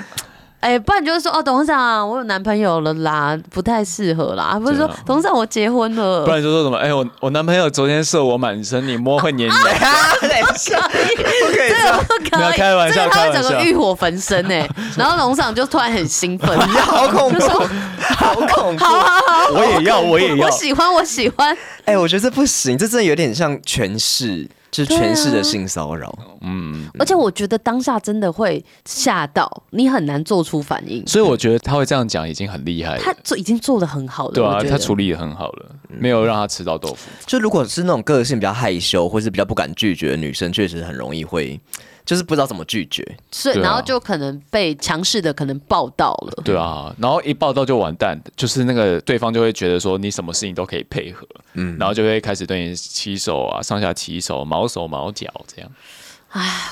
Speaker 1: 哎、不然就是说哦，董事长，我有男朋友了啦，不太适合啦。啊不是说
Speaker 3: 对啊
Speaker 1: 董事长，我结婚了
Speaker 3: 不，然就说什么？哎，我我男朋友昨天射我满身，你摸会黏
Speaker 2: 啊等
Speaker 3: 黏。
Speaker 2: 一 下，不可以
Speaker 1: 这个
Speaker 2: 这样，
Speaker 1: 不
Speaker 3: 没
Speaker 1: 可
Speaker 3: 有
Speaker 1: 以，
Speaker 3: 开玩笑
Speaker 1: 啊这个他会整
Speaker 3: 开玩
Speaker 1: 个
Speaker 3: 笑
Speaker 1: 欲火焚身哎、 然后董事长就突然很兴奋，
Speaker 2: 好恐怖，好恐怖！
Speaker 1: 好啊好好，
Speaker 3: 我也要，我也要
Speaker 1: 我。喜欢，我喜欢。
Speaker 2: 哎，我觉得这不行，这真的有点像权势，就是
Speaker 1: 啊
Speaker 2: 权势的性骚扰。
Speaker 3: 嗯，
Speaker 1: 而且我觉得当下真的会吓到你，很难做出反应。
Speaker 3: 所以我觉得他会这样讲已经很厉害
Speaker 1: 他
Speaker 3: 了。
Speaker 1: 做已经做的很好了，
Speaker 3: 对啊
Speaker 1: 我觉，得嗯
Speaker 3: 他处理的很好了，没有让他吃到豆腐。
Speaker 2: 就如果是那种个性比较害羞，或是比较不敢拒绝的女生，确实很容易会，就是不知道怎么拒绝。
Speaker 1: 所以
Speaker 3: 对啊
Speaker 1: 然后就可能被强势的可能报道了。
Speaker 3: 对啊，然后一报道就完蛋，就是那个对方就会觉得说你什么事情都可以配合，嗯，然后就会开始对你起手啊，上下起手，毛手毛脚这样。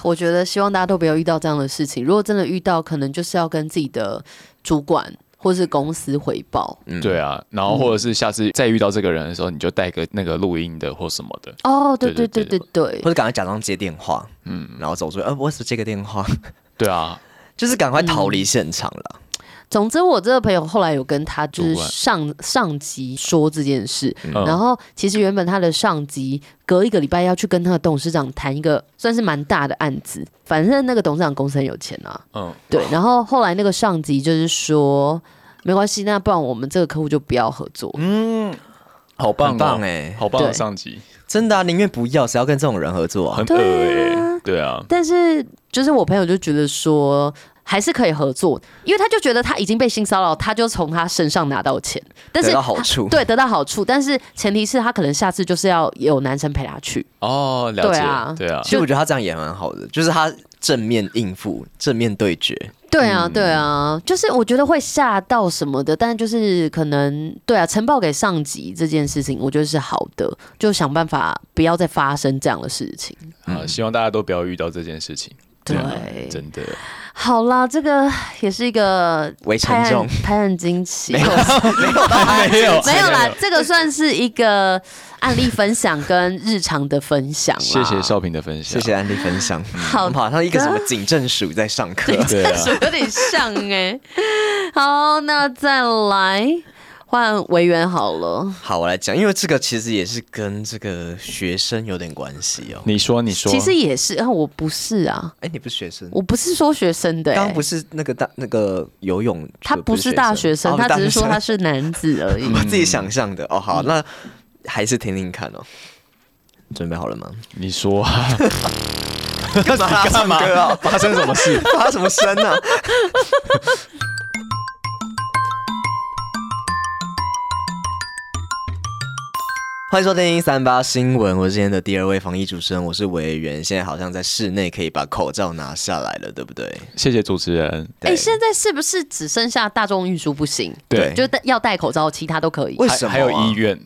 Speaker 1: 我觉得希望大家都不要遇到这样的事情。如果真的遇到，可能就是要跟自己的主管或是公司汇报。
Speaker 2: 嗯
Speaker 3: 对啊，然后或者是下次再遇到这个人的时候，你就带个那个录音的或什么的。
Speaker 1: 哦，对对
Speaker 3: 对对
Speaker 1: 对对对
Speaker 2: 或，者赶快假装接电话，嗯，然后走出去，呃，我只接个电话，
Speaker 3: 对啊，
Speaker 2: 就是赶快逃离现场
Speaker 3: 嗯
Speaker 2: 了。
Speaker 1: 总之，我这个朋友后来有跟他就是
Speaker 3: 主管
Speaker 1: 上上级说这件事，
Speaker 3: 嗯
Speaker 1: 然后其实原本他的上级隔一个礼拜要去跟他的董事长谈一个算是蛮大的案子，反正那个董事长公司很有钱啊，
Speaker 3: 嗯，
Speaker 1: 对。然后后来那个上级就是说，没关系，那不然我们这个客户就不要合作。
Speaker 2: 嗯
Speaker 3: 好棒、哦，
Speaker 2: 很棒欸
Speaker 3: 好棒
Speaker 1: 对
Speaker 3: 的上级，
Speaker 2: 真的啊，宁愿不要，谁要跟这种人合作啊
Speaker 3: 很？恶
Speaker 1: 对
Speaker 3: 哎、
Speaker 1: 啊
Speaker 3: 对啊，
Speaker 1: 但是就是我朋友就觉得说。还是可以合作，因为他就觉得他已经被性骚扰，他就从他身上拿到钱，但是
Speaker 2: 得到好处
Speaker 1: 对，得到好处，但是前提是他可能下次就是要有男生陪他去，
Speaker 3: 哦，了
Speaker 1: 对
Speaker 3: 解，
Speaker 1: 啊
Speaker 3: 对啊
Speaker 2: 其，实我觉得他这样也蛮好的，就是他正面应付，正面对决。
Speaker 1: 对
Speaker 2: 嗯
Speaker 1: 啊，对啊，就是我觉得会吓到什么的，但就是可能对啊，呈报给上级这件事情，我觉得是好的，就想办法不要再发生这样的事情。
Speaker 2: 嗯
Speaker 3: 啊、希望大家都不要遇到这件事情。
Speaker 1: 对，
Speaker 3: 啊真的，
Speaker 1: 好啦，这个也是一个
Speaker 2: 为沉
Speaker 1: 拍案
Speaker 2: 重
Speaker 1: 拍案惊奇，没有
Speaker 3: 没有
Speaker 1: 没有啦，这个算是一个案例分享跟日常的分享啦。
Speaker 3: 谢谢少平的分
Speaker 2: 谢
Speaker 3: 享，
Speaker 2: 谢安利分享，嗯
Speaker 1: 好
Speaker 2: 我们好像一个什么警政署在上课。
Speaker 3: 对啊，
Speaker 1: 有点像哎、好，那再来换维园好了。
Speaker 2: 好，我来讲，因为这个其实也是跟这个学生有点关系哦。
Speaker 3: 你说，你说，
Speaker 1: 其实也是，啊，我不是啊，
Speaker 2: 哎，你不是学生？
Speaker 1: 我不是说学生的、欸，
Speaker 2: 刚刚不
Speaker 1: 是，
Speaker 2: 是那个大那个游泳，
Speaker 1: 他
Speaker 2: 就
Speaker 1: 不是大学生，
Speaker 2: 哦
Speaker 1: 他只是说
Speaker 2: 大学
Speaker 1: 他
Speaker 2: 生
Speaker 1: 是男子而已。
Speaker 2: 我自己想象的。哦，好，那还是听听看哦。准备好了吗？
Speaker 3: 你说 啊，
Speaker 2: 干嘛啦唱歌啊？
Speaker 3: 发生什么事？
Speaker 2: 发什么声啊？ 欢迎收听三八新闻，我是今天的第二位防疫主持人，我是维园。现在好像在室内可以把口罩拿下来了，对不对？
Speaker 3: 谢谢主持人。
Speaker 1: 哎、
Speaker 2: 对
Speaker 1: 现在是不是只剩下大众运输不行？
Speaker 2: 对
Speaker 1: 就戴要戴口罩，其他都可以。
Speaker 2: 为
Speaker 3: 还
Speaker 2: 什么啊
Speaker 3: 还有医院？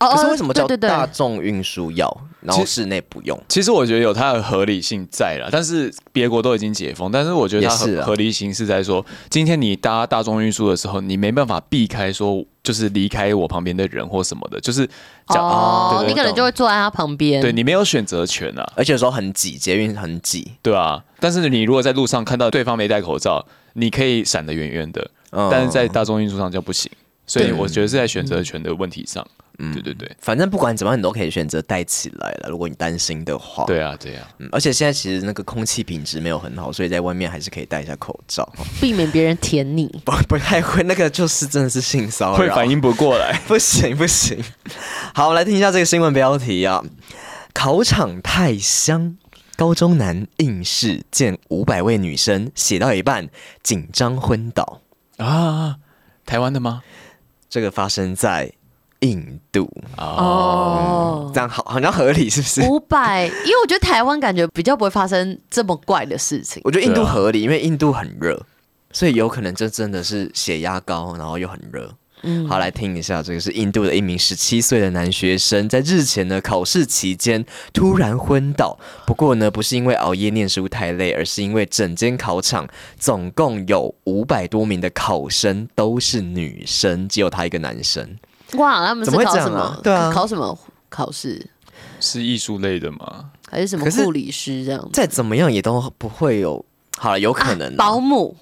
Speaker 1: 哦
Speaker 2: 可是为什么叫
Speaker 1: 对对
Speaker 2: 大
Speaker 1: 对，
Speaker 2: 众运输要，然后室内不用？
Speaker 3: 其实我觉得有它的合理性在啦，但是别国都已经解封，但是我觉得它
Speaker 2: 也是
Speaker 3: 合
Speaker 2: 啊
Speaker 3: 合理性是在说，今天你搭大众运输的时候，你没办法避开说就是离开我旁边的人或什么的，就是讲、
Speaker 1: 哦，
Speaker 3: 对
Speaker 1: 你可能就会坐在他旁边。
Speaker 3: 对你没有选择权啊，
Speaker 2: 而且有时候很挤，捷运很挤，
Speaker 3: 对啊。但是你如果在路上看到对方没戴口罩，你可以闪得远远的，
Speaker 2: 嗯
Speaker 3: 但是在大众运输上就不行。所以
Speaker 1: 对
Speaker 3: 我觉得是在选择权的问题上，嗯，对对对，
Speaker 2: 反正不管怎么样，你都可以选择戴起来了。如果你担心的话，
Speaker 3: 对啊对啊，
Speaker 2: 嗯，而且现在其实那个空气品质没有很好，所以在外面还是可以戴一下口罩。
Speaker 1: 避免别人舔你。
Speaker 2: 不不太会，那个就是真的是性骚扰，
Speaker 3: 会反应不过来。
Speaker 2: 不行不行。好，我来听一下这个新闻标题啊，考场太香。高中男应试见五百位女生，写到一半紧张昏倒。
Speaker 3: 啊，台湾的吗？
Speaker 2: 这个发生在印度，
Speaker 1: 哦，
Speaker 2: 这样好好像合理是不是？
Speaker 1: 五百，因为我觉得台湾感觉比较不会发生这么怪的事情。
Speaker 2: 我觉得印度
Speaker 3: 对啊
Speaker 2: 合理，因为印度很热，所以有可能这真的是血压高，然后又很热。好，来听一下，这个是印度的一名十七岁的男学生，在日前呢考试期间突然昏倒。不过呢，不是因为熬夜念书太累，而是因为整间考场总共有五百多名的考生都是女生，只有他一个男生。
Speaker 1: 哇，他们是
Speaker 2: 怎么会
Speaker 1: 考
Speaker 2: 这样
Speaker 1: 什
Speaker 2: 啊
Speaker 1: 么？
Speaker 2: 对啊
Speaker 1: 考什么考试？
Speaker 3: 是艺术类的吗？
Speaker 1: 还是什么
Speaker 2: 可是
Speaker 1: 护理师这样子？
Speaker 2: 再怎么样也都不会有，好了，有可能、啊
Speaker 1: 保姆，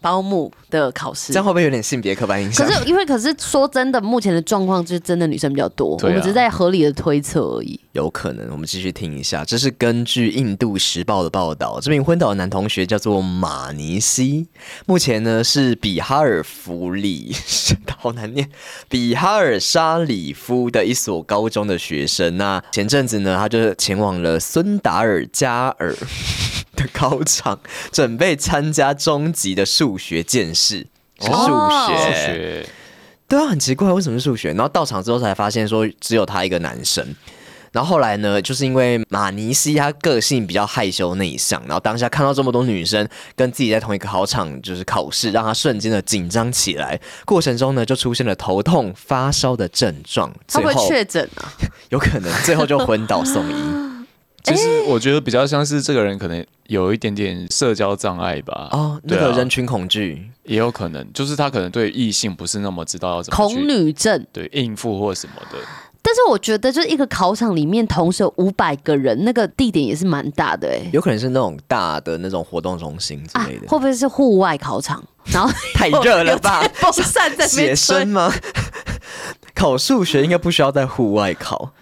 Speaker 1: 保姆的考试
Speaker 2: 这。样会不会有点性别刻板印象？
Speaker 1: 可是因为可是说真的，目前的状况就是真的女生比较多，
Speaker 3: 对
Speaker 1: 我
Speaker 3: 啊
Speaker 1: 们只是在合理的推测而已。
Speaker 2: 有可能，我们继续听一下。这是根据《印度时报》的报道，这名昏倒的男同学叫做马尼西，目前呢是比哈尔福里， 好难念，比哈尔沙里夫的一所高中的学生。那前阵子呢，他就前往了孙达尔加尔的考场，准备参加中级的数学见识。是数
Speaker 1: 哦
Speaker 2: 学，
Speaker 3: 数学
Speaker 2: 对啊，很奇怪，为什么是数学？然后到场之后才发现说只有他一个男生。然后后来呢，就是因为马尼西他个性比较害羞内向，然后当下看到这么多女生跟自己在同一个考场就是考试，让他瞬间的紧张起来。过程中呢，就出现了头痛、发烧的症状，
Speaker 1: 他
Speaker 2: 最
Speaker 1: 会不会
Speaker 2: 后
Speaker 1: 确诊啊？
Speaker 2: 有可能最后就昏倒送医。
Speaker 3: 就是我觉得比较像是这个人可能有一点点社交障碍吧。
Speaker 2: 哦，那
Speaker 3: 对
Speaker 2: 个
Speaker 3: 啊
Speaker 2: 人群恐惧，
Speaker 3: 也有可能，就是他可能对异性不是那么知道要怎么
Speaker 1: 恐
Speaker 3: 去
Speaker 1: 女症。啊
Speaker 3: 对应付或什么的。
Speaker 1: 但是我觉得，就是一个考场里面同时有五百个人，那个地点也是蛮大的哎、
Speaker 2: 有可能是那种大的那种活动中心之
Speaker 1: 啊
Speaker 2: 类，的，
Speaker 1: 会不会是户外考场？然后
Speaker 2: 太热了吧
Speaker 1: 有？电风扇 在那
Speaker 2: 写
Speaker 1: 边
Speaker 2: 生啊
Speaker 1: 吹，
Speaker 2: 吗？考数学应该不需要在户外 考，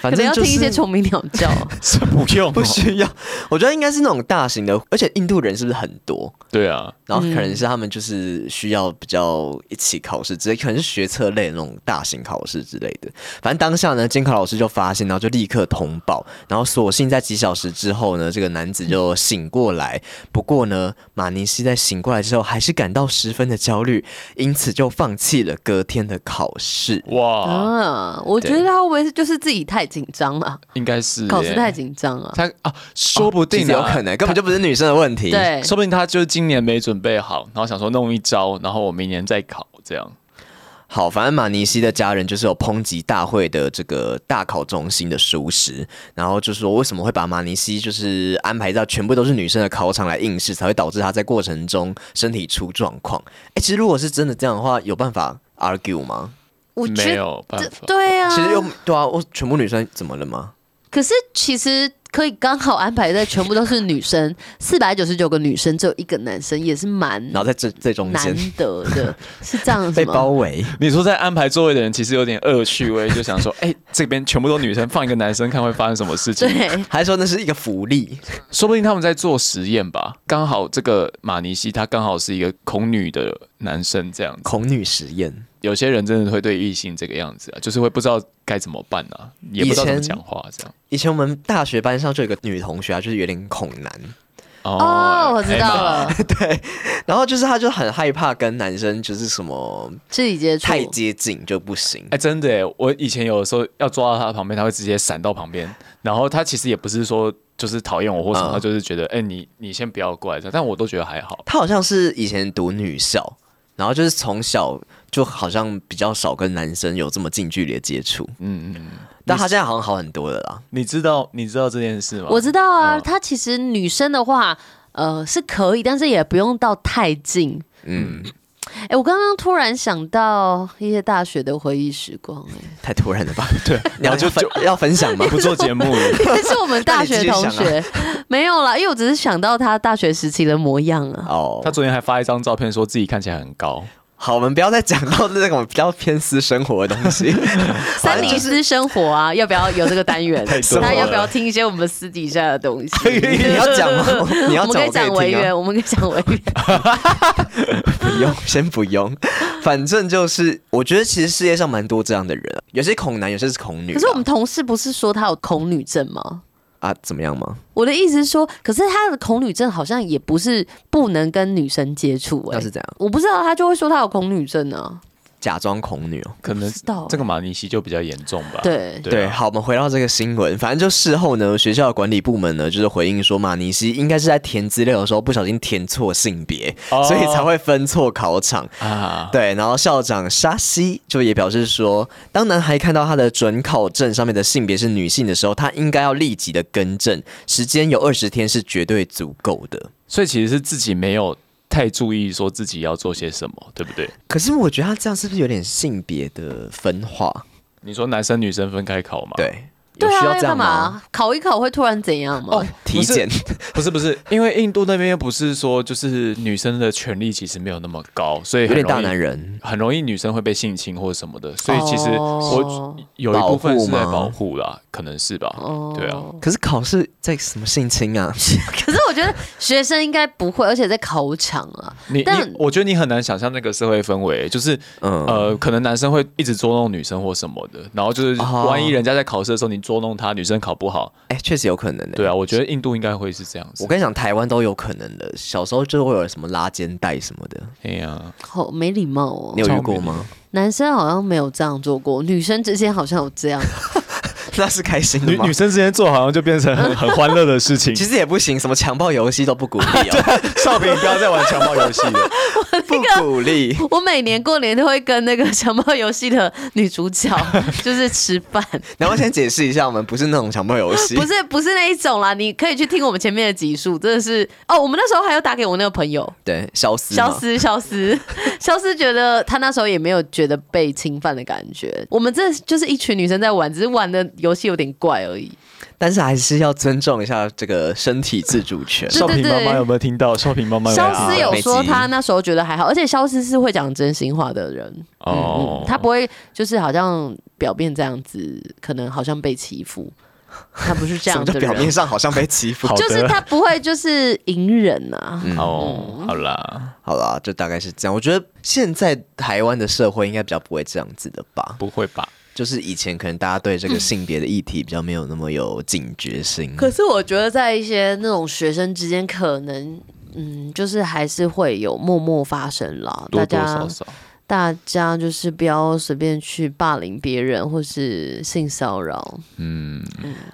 Speaker 2: 反
Speaker 1: 可能
Speaker 2: 正
Speaker 1: 要
Speaker 2: 就
Speaker 1: 听一些
Speaker 2: 是
Speaker 1: 虫鸣鸟 叫。
Speaker 3: 这不用、
Speaker 2: 不需要。我觉得应该是那种大型的，而且印度人是不是很多？
Speaker 3: 对啊，
Speaker 2: 然后可
Speaker 1: 嗯
Speaker 2: 能是他们就是需要比较一起考试之类，可能是学测类的那种大型考试之类的。反正当下呢，监考老师就发现，然后就立刻通报，然后所幸在几小时之后呢，这个男子就醒过来。不过呢，马尼西在醒过来之后，还是感到十分的焦虑，因此就放弃了隔天的考试。
Speaker 3: 哇，
Speaker 1: 嗯，我觉得他会不会是就是自己太紧张了，
Speaker 3: 应该是耶
Speaker 1: 考试太紧张了？
Speaker 3: 他啊，说不定、
Speaker 2: 哦其实有可，能根本就不是女生的问题。
Speaker 1: 对，
Speaker 3: 说不定他就是今年没准备好，然后想说弄一招，然后我明年再考这样。
Speaker 2: 好，反正马尼西的家人就是有抨击大会的这个大考中心的疏失，然后就说为什么会把马尼西就是安排到全部都是女生的考场来应试，才会导致他在过程中身体出状况。哎、其实如果是真的这样的话，有办法 argue 吗？
Speaker 1: 我
Speaker 3: 没
Speaker 1: 觉得
Speaker 3: 有办法，
Speaker 1: 对啊，
Speaker 2: 其实又对啊，我全部女生怎么了吗？
Speaker 1: 可是其实可以刚好安排在全部都是女 生，四百九十九个女生只有一个男生，也是蛮
Speaker 2: 然后在这最中
Speaker 1: 难
Speaker 2: 间
Speaker 1: 得的，是这样子
Speaker 2: 被
Speaker 1: 吗？
Speaker 2: 包围，
Speaker 3: 你说在安排座位的人其实有点恶趣味，就想说，哎、这边全部都女生，放一个男生看会发生什么事情。
Speaker 1: 对，
Speaker 2: 还说那是一个福利，
Speaker 3: 说不定他们在做实验吧。刚好这个马尼西他刚好是一个恐女的男生，这样子。
Speaker 2: 恐女实验。
Speaker 3: 有些人真的会对异性这个样子啊，就是会不知道该怎么办啊，也不知道怎么讲话这样。
Speaker 2: 以前我们大学班上就有一个女同学啊，就是有点恐男，
Speaker 1: 哦，
Speaker 3: 哎
Speaker 1: 我
Speaker 2: 哎
Speaker 1: 知道
Speaker 3: Emma
Speaker 1: 了，
Speaker 2: 然后就是她就很害怕跟男生就是什么
Speaker 1: 肢体接触，
Speaker 2: 太接近就不行
Speaker 3: 哎、。真的耶，我以前有的时候要抓到他旁边，他会直接闪到旁边。然后他其实也不是说就是讨厌我或什么，
Speaker 2: 嗯
Speaker 3: 他就是觉得，哎、你你先不要过来这样。但我都觉得还好。
Speaker 2: 她好像是以前读女校，然后就是从小就好像比较少跟男生有这么近距离的接触，
Speaker 3: 嗯嗯嗯，
Speaker 2: 但她现在好像好很多了啦。
Speaker 3: 你知道你知道这件事吗？
Speaker 1: 我知道啊。
Speaker 2: 哦
Speaker 3: 嗯
Speaker 1: 她其实女生的话，呃，是可以，但是也不用到太近。
Speaker 2: 嗯，
Speaker 1: 哎、我刚刚突然想到一些大学的回忆时光、哎，
Speaker 2: 太突然了 吧？
Speaker 3: 对，
Speaker 2: 你要就 分要分享吗？
Speaker 3: 不做节目了。
Speaker 1: 但哎 是我们大学同
Speaker 2: 那
Speaker 1: 学、 没有啦，因为我只是想到她大学时期的模样啊。
Speaker 2: 哦
Speaker 3: 他，昨天还发一张照片，说自己看起来很高。
Speaker 2: 好，我们不要再讲到那种比较偏私生活的东 西。
Speaker 1: 三零私生活啊，要不要有这个单 元？
Speaker 3: 太多了
Speaker 1: 大家要不要听一些我们私底下的东西？
Speaker 2: 你要讲吗？ 你要
Speaker 1: 我们可以
Speaker 2: 讲
Speaker 1: 讲
Speaker 2: 我可
Speaker 1: 违
Speaker 2: 以听啊
Speaker 1: 约，我们可以讲 违约。
Speaker 2: 不用，先不用。反正就是，我觉得其实世界上蛮多这样的人啊，有些恐男，有些是恐女啊。
Speaker 1: 可是我们同事不是说他有恐女症吗？
Speaker 2: 啊，怎么样吗？
Speaker 1: 我的意思是说，可是他的恐女症好像也不是不能跟女生接触哎、
Speaker 2: 要是这样，
Speaker 1: 我不知道他就会说他有恐女症啊。
Speaker 2: 假装恐女哦。
Speaker 3: 可能
Speaker 1: 知道欸
Speaker 3: 这个马尼西就比较严重吧。
Speaker 1: 对
Speaker 3: 对
Speaker 2: 对，
Speaker 3: 啊
Speaker 2: 好，我们回到这个新闻，反正就事后呢，学校的管理部门呢，就是回应说，马尼西应该是在填资料的时候不小心填错性别，
Speaker 3: 哦
Speaker 2: 所以才会分错考场。
Speaker 3: 啊，
Speaker 2: 对，然后校长沙西就也表示说，当男孩看到他的准考证上面的性别是女性的时候，他应该要立即的更正，时间有二十天是绝对足够的。
Speaker 3: 所以其实是自己没有太注意说自己要做些什么，对不对？
Speaker 2: 可是我觉得他这样是不是有点性别的分化？
Speaker 3: 你说男生女生分开考嘛？，
Speaker 2: 对，有
Speaker 1: 对
Speaker 2: 需
Speaker 1: 啊，
Speaker 2: 要
Speaker 1: 要
Speaker 2: 这样
Speaker 1: 干
Speaker 2: 吗？
Speaker 1: 嘛？考一考会突然怎样吗？
Speaker 2: 体检
Speaker 3: 不是不是，因为印度那边又不是说就是女生的权利其实没有那么高，所以
Speaker 2: 有
Speaker 3: 很
Speaker 2: 点
Speaker 3: 容易
Speaker 2: 大男人，
Speaker 3: 很容易女生会被性侵或者什么的，所以其实
Speaker 1: 哦
Speaker 3: 我有一部分是在
Speaker 2: 保护吗
Speaker 3: 保护啦，可能是吧。
Speaker 1: 哦
Speaker 3: 对啊，
Speaker 2: 可是考试在什么性侵 啊？
Speaker 1: 可是我觉得学生应该不会，而且在考场啊，
Speaker 3: 你
Speaker 1: 但
Speaker 3: 你，我觉得你很难想象那个社会氛围，就是、
Speaker 2: 嗯
Speaker 3: 呃，可能男生会一直捉弄女生或什么的，然后就是
Speaker 2: 哦
Speaker 3: 万一人家在考试的时候你捉弄他，女生考不好，
Speaker 2: 哎、确实有可能的、
Speaker 3: 对啊，我觉得印度应该会是这样
Speaker 2: 我
Speaker 3: 子。
Speaker 2: 跟你讲，台湾都有可能的。小时候就会有什么拉肩带什么的，
Speaker 3: 哎呀，
Speaker 1: 好没礼貌哦
Speaker 2: 你。有遇过吗？
Speaker 1: 男生好像没有这样做过，女生之间好像有这样。
Speaker 2: 那是开心的
Speaker 3: 女
Speaker 2: 吗
Speaker 3: 女？生之间做好像就变成很很欢乐的事情
Speaker 2: 其。实也不行，什么强暴游戏都不鼓 励哦、
Speaker 3: 啊少平不要再玩强暴游戏了。
Speaker 2: 不鼓励。
Speaker 1: 我每年过年都会跟那个 强暴游戏的女主角 就是吃饭，
Speaker 2: 然后先解释一下，我们不是那种强暴游戏，
Speaker 1: 不是不是那一种啦，你可以去听我们前面的集数，真的是哦，我们那时候还有打给我那个朋友。
Speaker 2: 对，消失
Speaker 1: 消
Speaker 2: 嘛，
Speaker 1: 失，消失， 消失，觉得他那时候也没有觉得被侵犯的感觉。我们这就是一群女生在玩，只是玩的游戏有点怪而已。
Speaker 2: 但是还是要尊重一下这个身体自主权。
Speaker 1: 对
Speaker 3: 少平妈妈有没有听到？少平
Speaker 2: 哎
Speaker 3: 妈妈
Speaker 1: 消
Speaker 3: 没
Speaker 1: 失
Speaker 3: 听到
Speaker 1: 有说
Speaker 2: 没急
Speaker 1: 他那时候觉得还好，而且消失是会讲真心话的人，
Speaker 3: 哦
Speaker 1: 嗯，他不会就是好像表面这样子，可能好像被欺负，他不是这
Speaker 2: 什
Speaker 1: 样
Speaker 2: 么叫
Speaker 1: 的
Speaker 2: 表面
Speaker 1: 人，
Speaker 2: 上好像被欺负
Speaker 3: 好？的
Speaker 1: 就是他不会就是隐忍啊。
Speaker 3: 哦，好啦，
Speaker 2: 好啦，就大概是这样。我觉得现在台湾的社会应该比较不会这样子的吧，
Speaker 3: 不会吧？
Speaker 2: 就是以前可能大家对这个性别的议题比较没有那么有警觉性。
Speaker 1: 可是我觉得在一些那种学生之间，可能嗯，就是还是会有默默发生啦。
Speaker 3: 多多
Speaker 1: 大家
Speaker 3: 少少，
Speaker 1: 大家就是不要随便去霸凌别人或是性骚扰。
Speaker 3: 嗯，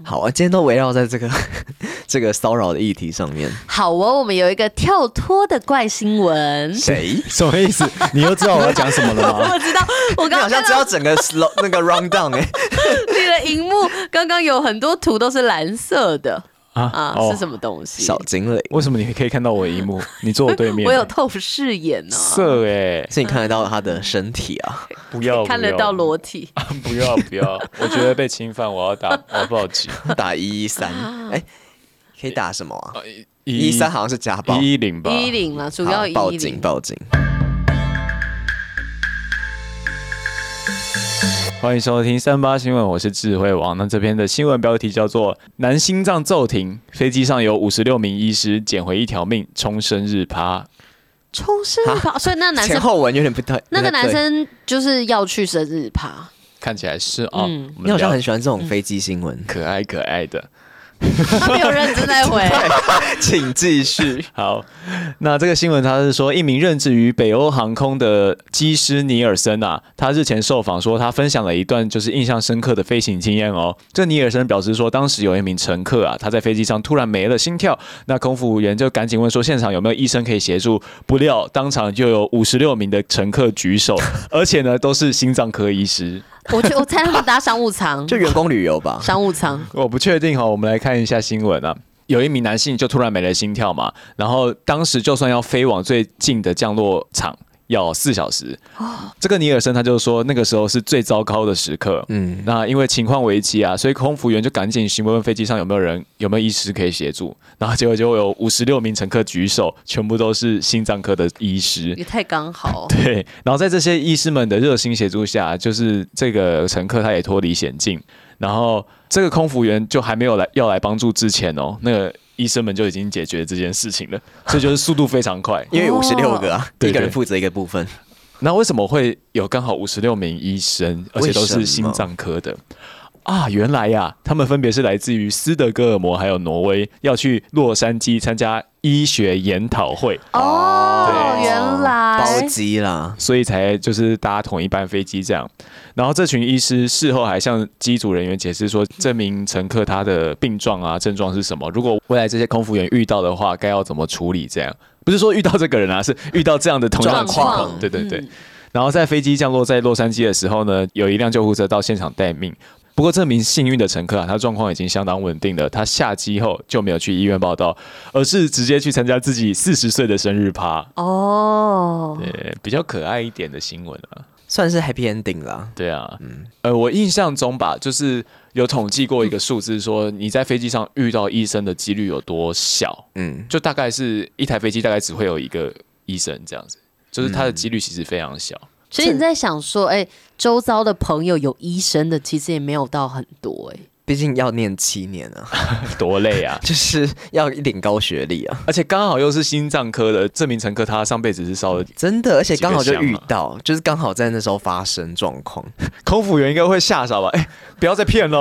Speaker 2: 好啊，今天都围绕在这个 这个骚扰的议题 上面。
Speaker 1: 好哦，我们有一个跳脱的怪新闻。
Speaker 2: 谁？
Speaker 3: 什么意思？你又知道我要讲什么了吗？
Speaker 1: 我知道， 我
Speaker 2: 啊你
Speaker 1: 刚
Speaker 2: 好
Speaker 1: 刚
Speaker 2: 像
Speaker 1: 看
Speaker 2: 知
Speaker 1: 到
Speaker 2: 道整个 slow 那个 round down 哎、
Speaker 1: 你的荧幕，刚刚有很多图都是蓝色 的啊
Speaker 3: 啊，，
Speaker 1: 是什
Speaker 3: 么？
Speaker 1: 么东西？
Speaker 2: 哦小精灵，
Speaker 3: 为什么你可以看到我的荧幕？你坐我对面，
Speaker 1: 我有透视眼哦呢、
Speaker 2: 啊
Speaker 3: 色 哎，
Speaker 2: 所以你看得到他的身体啊。
Speaker 3: 不要
Speaker 1: 看得到，裸体。
Speaker 3: 不要不要，我觉得被侵犯，我要打，我要报警。
Speaker 2: 打一一三，
Speaker 1: 啊
Speaker 2: 哎，可以打什么啊？一
Speaker 3: 呃一
Speaker 2: 一三好像是家暴，
Speaker 3: 一一零吧，
Speaker 1: 一零了，主
Speaker 2: 好
Speaker 1: 要一
Speaker 2: 报警
Speaker 1: 零。
Speaker 2: 报警。
Speaker 3: 欢迎收听三八新闻，我是智慧王。那这篇的新闻标题叫做“男心脏骤停，飞机上有五十六名医师捡回一条命，冲生日趴
Speaker 1: 冲生日趴，所以那个男
Speaker 2: 前
Speaker 1: 生，
Speaker 2: 后文有点不太。
Speaker 1: 那个
Speaker 2: 不太
Speaker 1: 男
Speaker 2: 对，
Speaker 1: 生就是要去生日 趴。”，
Speaker 3: 看起来是啊，
Speaker 1: 嗯
Speaker 3: 我们
Speaker 2: 你好像
Speaker 3: 聊，
Speaker 2: 很喜欢这种飞机新闻
Speaker 3: 可爱可爱的。
Speaker 1: 他没有认真在回。
Speaker 2: 请继续。
Speaker 3: 好，那这个新闻他是说，一名任职于北欧航空的机师尼尔森啊，他日前受访说，他分享了一段就是印象深刻的飞行经验哦。这尼尔森表示说，当时有一名乘客啊，他在飞机上突然没了心跳，那空服员就赶紧问说，现场有没有医生可以协助？不料当场就有五十六名的乘客举手，而且呢都是心脏科医师。
Speaker 1: 我去，我猜他们搭商务舱，
Speaker 2: 就员工旅游吧，
Speaker 1: 商务舱。
Speaker 3: 我不确定哈，我们来看一下新闻啊。有一名男性就突然没了心跳嘛，然后当时就算要飞往最近的降落场。要四小时。这个尼尔森他就说，那个时候是最糟糕的时刻。嗯，那因为情况危机啊，所以空服员就赶紧询问飞机上有没有人，有没有医师可以协助。然后结果就有五十六名乘客举手，全部都是心脏科的医师。
Speaker 1: 也太刚好。
Speaker 3: 对，然后在这些医师们的热心协助下，就是这个乘客他也脱离险境，然后这个空服员就还没有来要来帮助之前哦，那个医生们就已经解决这件事情了，所以就是速度非常快。
Speaker 2: 因为五十六个
Speaker 3: 哦
Speaker 2: 啊，
Speaker 3: 对
Speaker 2: 一个人
Speaker 3: 对
Speaker 2: 负责一个部分。
Speaker 3: 那为什么会有刚好五十六名医生，而且都
Speaker 2: 为什么
Speaker 3: 是心脏科的？啊，原来呀、他们分别是来自于斯德哥尔摩还有挪威，要去洛杉矶参加医学研讨会，
Speaker 1: 哦，
Speaker 3: 对
Speaker 1: 原来
Speaker 2: 包机啦，
Speaker 3: 所以才就是搭同一班飞机这样。然后这群医师事后还向机组人员解释说，这名乘客他的病状啊症状是什么，如果未来这些空服员遇到的话，该要怎么处理？这样不是说遇到这个人啊，是遇到这样的同样的情
Speaker 1: 状
Speaker 3: 况。
Speaker 1: 况
Speaker 3: 对对对。然后在飞机降落在洛杉矶的时候呢，有一辆救护车到现场待命。不过这名幸运的乘客啊，他状况已经相当稳定了。他下机后就没有去医院报道，而是直接去参加自己四十岁的生日趴。
Speaker 1: 哦，
Speaker 3: 对，比较可爱一点的新闻啊。
Speaker 2: 算是 happy ending 啦。
Speaker 3: 对啊，呃，我印象中吧，就是有统计过一个数字，说你在飞机上遇到医生的几率有多小，
Speaker 2: 嗯，
Speaker 3: 就大概是一台飞机大概只会有一个医生这样子，就是它的几率其实非常小。
Speaker 1: 所以你在想说，哎、周遭的朋友有医生的，其实也没有到很多、哎，
Speaker 2: 毕竟要念七年啊，
Speaker 3: 多累啊！
Speaker 2: 就是要一点高学历啊。
Speaker 3: 而且刚好又是心脏科的，这名乘客他上辈子是烧了
Speaker 2: 真的，而且刚好就遇
Speaker 3: 几个
Speaker 2: 到，就是刚好在那时候发生状况。
Speaker 3: 空服员，应该会吓傻吧？哎、不要再骗喽！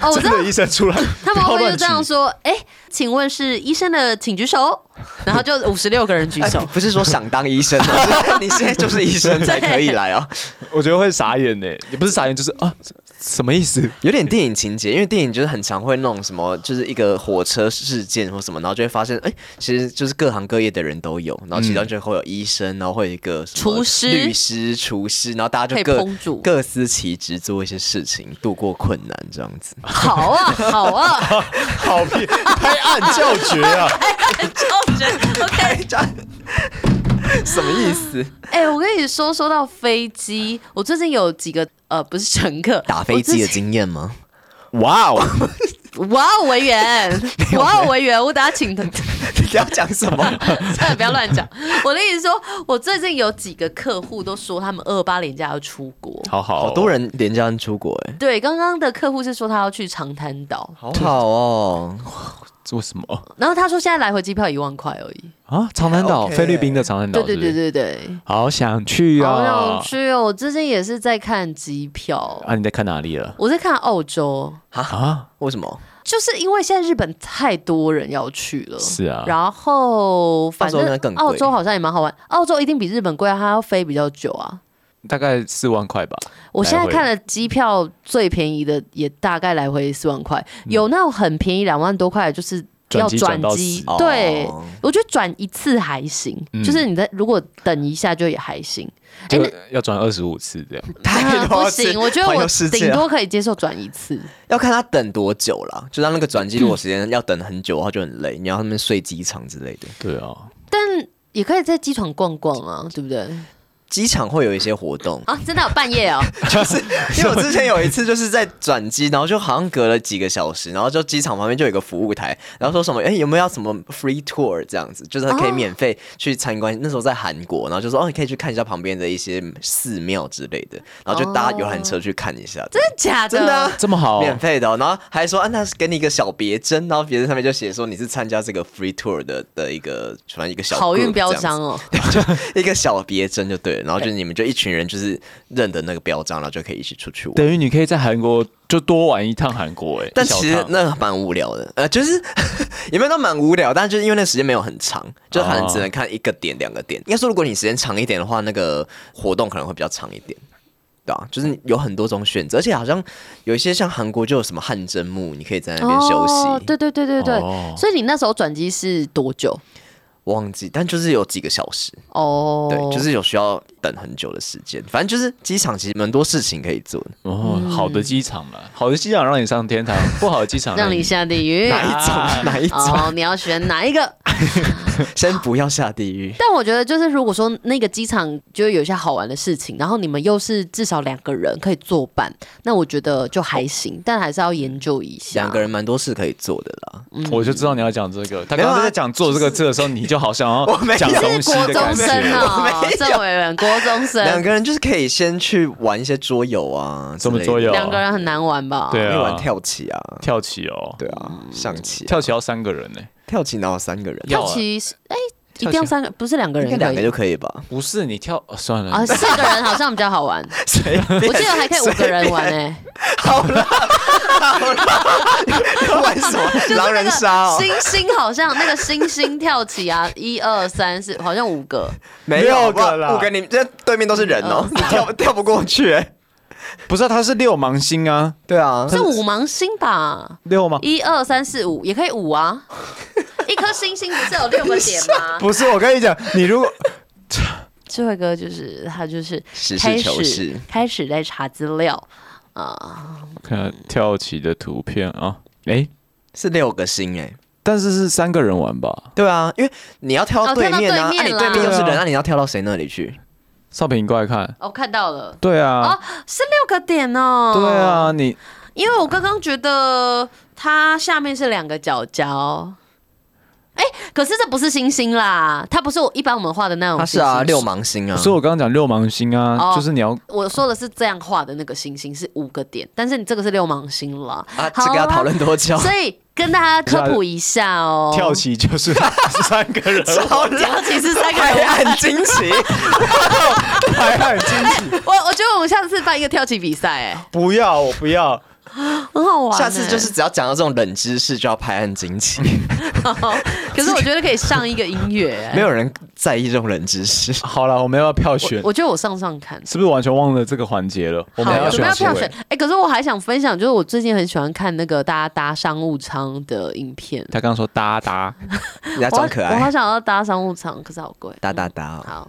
Speaker 1: 哦，我
Speaker 3: 真
Speaker 1: 知道
Speaker 3: 的医生出来，
Speaker 1: 他
Speaker 3: 不
Speaker 1: 们
Speaker 3: 要
Speaker 1: 会不会
Speaker 3: 乱
Speaker 1: 就
Speaker 3: 举
Speaker 1: 这样说，哎、请问是医生的，请举手，然后就五十六个人举手
Speaker 2: 哎，不是说想当医生啊， 是你现在就是医生才可以来啊。
Speaker 3: 我觉得会傻眼呢、也不是傻眼，就是啊，什么意 思？
Speaker 2: 有点电影情节，因为电影就是很常会弄什么，就是一个火车事件或什么，然后就会发现，哎、其实就是各行各业的人都有，然后其中就会有医生，然后会有一个什么
Speaker 1: 嗯厨师
Speaker 2: 律师、厨师，然后大家
Speaker 1: 可
Speaker 2: 就
Speaker 1: 以
Speaker 2: 各
Speaker 1: 烹煮
Speaker 2: 各司其职，做一些事情，度过困难这样 子。
Speaker 1: 好 啊，好啊，
Speaker 3: 好骗，拍案叫绝啊！
Speaker 1: 我觉得 OK。
Speaker 2: 哎什么意思？
Speaker 1: 哎、我跟你说，说到飞机，我最近有几个呃，不是乘客
Speaker 2: 打飞机的，经验吗？
Speaker 3: 哇哦！
Speaker 1: 我自己哇哦，维园， 哇哦，维园，我等下请他，
Speaker 2: 你要讲什么？
Speaker 1: 算了，不要乱讲。我的意思说，我最近有几个客户都说他们二八年假要出国。
Speaker 3: 好好、哦
Speaker 2: 好多人连家人出国、哎，
Speaker 1: 对，刚刚的客户是说他要去长滩岛，
Speaker 2: 好好哦，
Speaker 3: 做什么
Speaker 1: 然后他说现在来回机票一万块而已。
Speaker 3: 啊？长滩岛
Speaker 2: OK
Speaker 3: 菲律宾的长滩岛，
Speaker 1: 对对对，对对，
Speaker 3: 好想去
Speaker 1: 好想
Speaker 3: 啊！
Speaker 1: 去哦！我最近也是在看机票，
Speaker 3: 啊，你在看哪里了？
Speaker 1: 我在看澳洲，
Speaker 3: 啊，
Speaker 2: 为什么？
Speaker 1: 就是因为现在日本太多人要去了。
Speaker 3: 是啊，
Speaker 1: 然后，反
Speaker 2: 澳洲
Speaker 1: 正
Speaker 2: 那更贵
Speaker 1: 澳洲好像也蛮好玩。澳洲一定比日本贵啊，它要飞比较久啊。
Speaker 3: 大概四万块吧。
Speaker 1: 我现在
Speaker 3: 来回
Speaker 1: 看了机票最便宜的，也大概来回四万块，有那种很便宜两万多块的，就是要
Speaker 3: 嗯转机转
Speaker 1: 转
Speaker 3: 到
Speaker 1: 机
Speaker 3: 死。
Speaker 1: 对
Speaker 2: 哦，
Speaker 1: 我觉得转一次还行，
Speaker 3: 嗯
Speaker 1: 就是你在如果等一下就也还行。
Speaker 3: 就要转二十五次这样。
Speaker 2: 太
Speaker 1: 啊
Speaker 2: 多
Speaker 1: 不
Speaker 2: 次
Speaker 1: 行，我觉得
Speaker 2: 环游
Speaker 1: 我
Speaker 2: 世界
Speaker 1: 顶
Speaker 2: 啊
Speaker 1: 多可以接受转一次。
Speaker 2: 要看他等多久啦，就像那个转机，如果时间要等很久的话，就很累，你要他们睡机场之类的。
Speaker 3: 对啊，
Speaker 1: 也可以在机场逛逛啊，对不对？，
Speaker 2: 机场会有一些活动
Speaker 1: 啊，真的有半 夜哦，
Speaker 2: 就是因为我之前有一次就是在转机，然后就好像隔了几个小时，然后就机场旁边就有一个服务台，然后说什么哎、有没有要什么 free tour 这样子，就是可以免费去参观。那时候在韩国，然后就说哦，你可以去看一下旁边的一些寺庙之类的，然后就搭游览车去看一下，真
Speaker 1: 假的？
Speaker 2: 真的啊
Speaker 3: 这么好，
Speaker 2: 免费的哦、然后还说啊，那是给你一个小别针，然后别针上面就写说你是参加这个 free tour 的的一个，反正一个小
Speaker 1: 好运
Speaker 2: group
Speaker 1: 标
Speaker 2: 这样子
Speaker 1: 章 哦，
Speaker 2: 一个小别针就对了，然后就是你们就一群人就是认得那个标章，然后就可以一起出去玩。
Speaker 3: 等于你可以在韩国就多玩一趟韩国哎、欸。
Speaker 2: 但
Speaker 3: 一小
Speaker 2: 其实
Speaker 3: 趟
Speaker 2: 那蛮无聊的，呃，就是 也没有到蛮无聊，但是就是因为那时间没有很长，就可能只能看一个点、两个点。应该说，如果你时间长一点的话，那个活动可能会比较长一点，对啊，就是有很多种选择，而且好像有一些像韩国就有什么汗蒸木，你可以在那边休息。
Speaker 1: 哦，对对对对对。
Speaker 3: 哦
Speaker 1: 所以你那时候转机是多久？
Speaker 2: 忘记，但就是有几个小时，
Speaker 1: 哦，
Speaker 2: 对，就是有需要等很久的时间。反正就是机场其实蛮多事情可以做的。
Speaker 3: 哦，好的机场嘛，好的机场让你上天堂，不好的机场
Speaker 1: 让你
Speaker 3: 你
Speaker 1: 下地狱。啊
Speaker 2: 哪一种？哪一种？
Speaker 1: 哦 哦，你要选哪一个？
Speaker 2: 先不要下地狱。
Speaker 1: 但我觉得，就是如果说那个机场就是有一些好玩的事情，然后你们又是至少两个人可以作伴，那我觉得就还行，但 还是啊要研究一下。
Speaker 2: 两个人蛮多事可以做的啦，
Speaker 3: 我就知道你要讲这个。他
Speaker 2: 没有
Speaker 3: 刚
Speaker 2: 啊
Speaker 3: 刚在讲做这个字的时候，你就好想要
Speaker 2: 我没有
Speaker 3: 讲
Speaker 1: 是
Speaker 3: 东西
Speaker 1: 国
Speaker 3: 的
Speaker 1: 中
Speaker 3: 感觉。
Speaker 1: 生
Speaker 2: 我
Speaker 1: 啊
Speaker 2: 没有，
Speaker 1: 郑委员，国中
Speaker 2: 两
Speaker 1: 生，
Speaker 2: 个人就是可以先去玩一些桌游啊，
Speaker 3: 什么桌游？
Speaker 1: 两个人很难玩吧？
Speaker 3: 对
Speaker 2: 可以
Speaker 3: 啊，
Speaker 2: 玩跳棋啊，
Speaker 3: 跳棋哦，
Speaker 2: 对啊，
Speaker 1: 嗯
Speaker 2: 象棋啊、
Speaker 3: 跳棋要三个人呢。
Speaker 2: 跳棋哪有三个人？
Speaker 3: 要
Speaker 1: 跳
Speaker 3: 啊
Speaker 1: 棋是哎，一
Speaker 3: 跳
Speaker 1: 定要
Speaker 3: 棋
Speaker 1: 三个，不是两个
Speaker 2: 啊应该
Speaker 1: 人
Speaker 2: 两
Speaker 1: 可
Speaker 2: 个就
Speaker 1: 以。
Speaker 2: 可以吧？
Speaker 3: 不是你跳，哦算了
Speaker 1: 啊，，四个人好像比较好 玩，我
Speaker 2: 谁？
Speaker 1: 记得还可以五个人玩 哎，
Speaker 2: 要 玩什么？狼人杀哦？
Speaker 1: 星星好像那个星星跳棋啊，一二三四，好像五 个，
Speaker 2: 没有
Speaker 3: 六个啦
Speaker 2: 哇五个你这对面都是人
Speaker 1: 嗯
Speaker 2: 哦，你跳跳不过去欸。
Speaker 3: 不是啊他是六芒星啊，
Speaker 2: 对啊，
Speaker 1: 是五芒星吧？
Speaker 3: 六吗？
Speaker 1: 一二三四五也可以五啊，一颗星星不是有六个点 吗？
Speaker 2: 啊
Speaker 3: 不是，我跟你讲，你如果
Speaker 1: 智慧哥就是他就是
Speaker 2: 实
Speaker 1: 开
Speaker 2: 事求
Speaker 1: 始
Speaker 2: 是。
Speaker 1: 开始在查资料啊、
Speaker 3: 看跳棋的图片啊，哎，
Speaker 2: 是六个星哎、
Speaker 3: 但是是三个人玩吧？
Speaker 2: 对啊，因为你要跳
Speaker 1: 哦
Speaker 2: 到对面啊，
Speaker 1: 跳到对
Speaker 2: 啊
Speaker 1: 面
Speaker 2: 你
Speaker 1: 啦
Speaker 2: 对面又是人，
Speaker 3: 对啊
Speaker 2: 那、你要跳到谁那里去？
Speaker 3: 少平，你过来看。
Speaker 1: 哦，看到了，
Speaker 3: 对啊
Speaker 1: 哦，是六个点哦。
Speaker 3: 对，啊，你
Speaker 1: 因为我刚刚觉得它下面是两个角角。哎、可是这不是星星啦，它不是我一般我们画的那种
Speaker 2: 他
Speaker 1: 星
Speaker 2: 是
Speaker 1: 星。
Speaker 2: 啊，六芒星啊，
Speaker 3: 所以我刚刚讲六芒星啊，
Speaker 1: 哦
Speaker 3: 就是你要
Speaker 1: 我说的是这样画的那个星星是五个点，但是你这个是六芒星啦。
Speaker 2: 啊，
Speaker 1: 好
Speaker 2: 这个要讨论多久？
Speaker 1: 所以跟大家科普一下哦，啊
Speaker 3: 跳棋，就是三个 人
Speaker 2: 超
Speaker 1: 跳棋是三个
Speaker 2: 海
Speaker 1: 人。
Speaker 2: 岸惊奇，
Speaker 3: 还很惊喜。
Speaker 1: 我我觉得我们下次办一个跳棋比赛，哎，
Speaker 3: 不要，我不要。
Speaker 1: 很好玩、
Speaker 2: 下次
Speaker 1: 哎
Speaker 2: 就是只要讲到这种冷知识，就要拍案惊奇。
Speaker 1: 哎可是我觉得可以上一个音乐、哎
Speaker 2: 没有人在意这种冷知识。
Speaker 3: 好了，我们要不要票选
Speaker 1: 我，我觉得我上上看。
Speaker 3: 是不是完全忘了这个环节了？我
Speaker 1: 好，
Speaker 3: 们
Speaker 1: 我
Speaker 3: 要
Speaker 1: 们
Speaker 3: 选
Speaker 1: 要
Speaker 3: 结
Speaker 1: 票
Speaker 3: 尾
Speaker 1: 选。哎、可是我还想分享，就是我最近很喜欢看那个大家搭商务舱的影片。
Speaker 3: 他刚刚说哒 哒，
Speaker 2: 人家
Speaker 1: 我
Speaker 2: 装可
Speaker 1: 我好
Speaker 2: 爱，
Speaker 1: 想要搭商务舱，可是好贵。
Speaker 2: 哒哒哒 哦。
Speaker 1: 好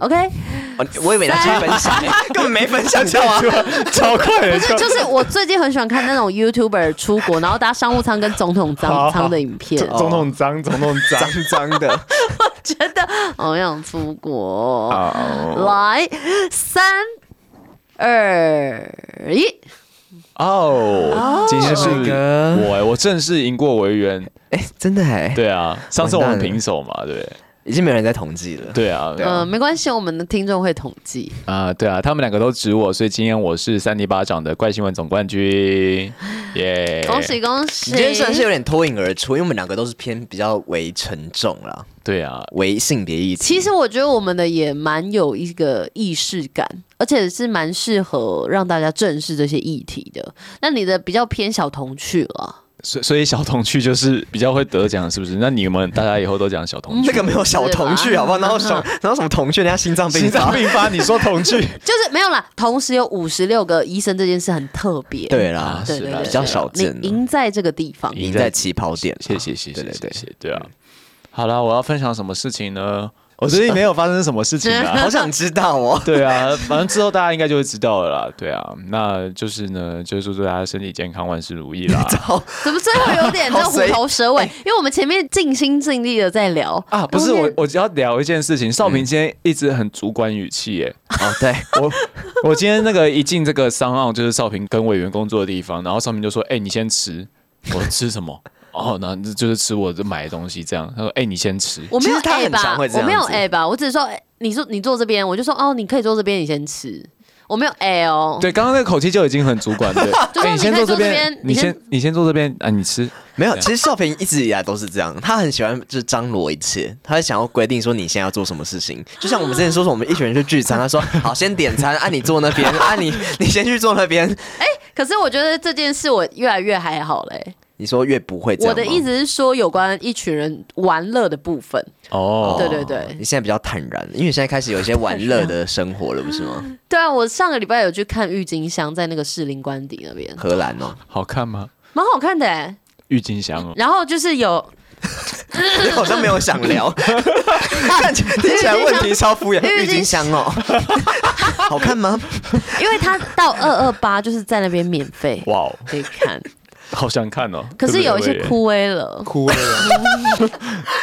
Speaker 1: ，OK，
Speaker 2: 哦我以为他去分享欸， 根本没分享到啊。
Speaker 3: 超快
Speaker 1: 不
Speaker 3: 的
Speaker 1: 是，就是我最近很喜欢看那种 YouTuber 出国，然后搭商务舱跟总统舱
Speaker 3: 好
Speaker 1: 舱的影片。
Speaker 3: 总统 脏，总统哦脏
Speaker 2: 脏。脏的，
Speaker 1: 觉得 好想出国。
Speaker 3: 哦
Speaker 1: 来，三二一，
Speaker 3: 哦，今天是
Speaker 2: 这个
Speaker 3: 我欸，我正式赢过维园。
Speaker 2: 哎，真的哎，
Speaker 3: 对啊，上次我
Speaker 2: 完蛋
Speaker 3: 们
Speaker 2: 了
Speaker 3: 平手嘛，对不对
Speaker 2: 已经没有人在统计了。
Speaker 3: 对啊，
Speaker 2: 对啊
Speaker 1: 呃，没关系，我们的听众会统计。
Speaker 3: 啊，对啊，他们两个都指我，所以今天我是三尼巴掌的怪新闻总冠军，耶！
Speaker 1: 恭喜！恭喜！
Speaker 2: 你今天算是有点脱颖而出，因为我们两个都是偏比较为沉重啦，
Speaker 3: 对啊，
Speaker 2: 为性别议题。
Speaker 1: 其实我觉得我们的也蛮有一个意识感，而且是蛮适合让大家正视这些议题的。那你的比较偏小童趣了，
Speaker 3: 所所以小童趣就是比较会得奖，是不是？那你们大家以后都讲小童趣
Speaker 2: 那，个没有小童趣，好不好？然后小，然后什么童趣，人家心脏病发。
Speaker 3: 病发，你说童 趣
Speaker 1: 就是没有啦。同时有五十六个医生这件事很特别，
Speaker 2: 对啦，
Speaker 1: 对对
Speaker 3: 是啦
Speaker 1: 对，
Speaker 2: 比较少见啊
Speaker 1: 你赢在这个地方，
Speaker 2: 赢在起跑点啊。
Speaker 3: 谢谢谢谢
Speaker 2: 对对
Speaker 3: 谢
Speaker 2: 对，
Speaker 3: 谢，对啊。好啦，我要分享什么事情呢？我最近没有发生什么事情 啊，
Speaker 2: 好想知道 哦。
Speaker 3: 对啊，反正之后大家应该就会知道了啦。对啊，那就是呢，就祝大家身体健康，万事如意 啦。
Speaker 1: 怎么最后有点
Speaker 2: 好
Speaker 1: 这虎
Speaker 2: 随哎
Speaker 1: 头蛇尾？因为我们前面尽心尽力的在聊
Speaker 3: 啊，不是
Speaker 1: 后面
Speaker 3: 我，我只要聊一件事情。
Speaker 1: 嗯
Speaker 3: 少平今天一直很主观语气耶，
Speaker 2: 哦，对，
Speaker 3: 我我今天那个一进这个商澳，就是少平跟委员工作的地方，然后少平就说：“哎、你先吃。”我吃什么？ 哦，那就是吃我这买的东西这样。他说：“哎、你先吃。
Speaker 1: 我没有
Speaker 2: 其实他
Speaker 1: A
Speaker 2: 很
Speaker 1: 吧
Speaker 2: 常会，这
Speaker 1: 我
Speaker 2: 样
Speaker 1: 没有
Speaker 2: 子
Speaker 1: A 吧，我只是说哎你说你坐这边，我就说哦，你可以坐这边，你先吃。我没有 A 哦，
Speaker 3: 对，刚刚那个口气就已经很主管对。
Speaker 1: 就
Speaker 3: 哎、
Speaker 1: 说
Speaker 3: 你先
Speaker 1: 你可以
Speaker 3: 坐这
Speaker 1: 坐这
Speaker 3: 边
Speaker 1: 边，
Speaker 3: 你
Speaker 1: 你
Speaker 3: 先你先坐这边啊，你吃。
Speaker 2: 没有。其实少平一直以来都是这样，他很喜欢就是张罗一切，他想要规定说你现在要做什么事情。就像我们之前说，我们一群人去聚餐，他 说好先点餐，按、你坐那边，按、你 你先去坐那边。
Speaker 1: 哎可是我觉得这件事我越来越还好嘞、
Speaker 2: 你说越不会这样
Speaker 1: 我
Speaker 2: 吗
Speaker 1: 的意思是说，有关一群人玩乐的部分，
Speaker 3: 哦，
Speaker 1: 对对对
Speaker 2: 你现在比较坦然，因为你现在开始有一些玩乐的生活了，不 是吗？
Speaker 1: 对啊，我上个礼拜有去看郁金香，在那个士林官邸那边，
Speaker 2: 荷兰哦，
Speaker 3: 好看吗？
Speaker 1: 蛮好看的、欸。
Speaker 3: 郁金香哦。
Speaker 1: 然后就是有
Speaker 2: 你好像没有想 聊，看起听起来问题超敷衍。
Speaker 1: 郁
Speaker 2: 郁
Speaker 1: 金
Speaker 2: 金香 哦，好看吗？
Speaker 1: 因为他到二二八就是在那边免费
Speaker 3: 哇哦，
Speaker 1: 可以看，
Speaker 3: 好想看哦。
Speaker 1: 可是
Speaker 3: 对不对
Speaker 1: 有一些
Speaker 3: 魏
Speaker 1: 枯萎了，
Speaker 2: 哭了，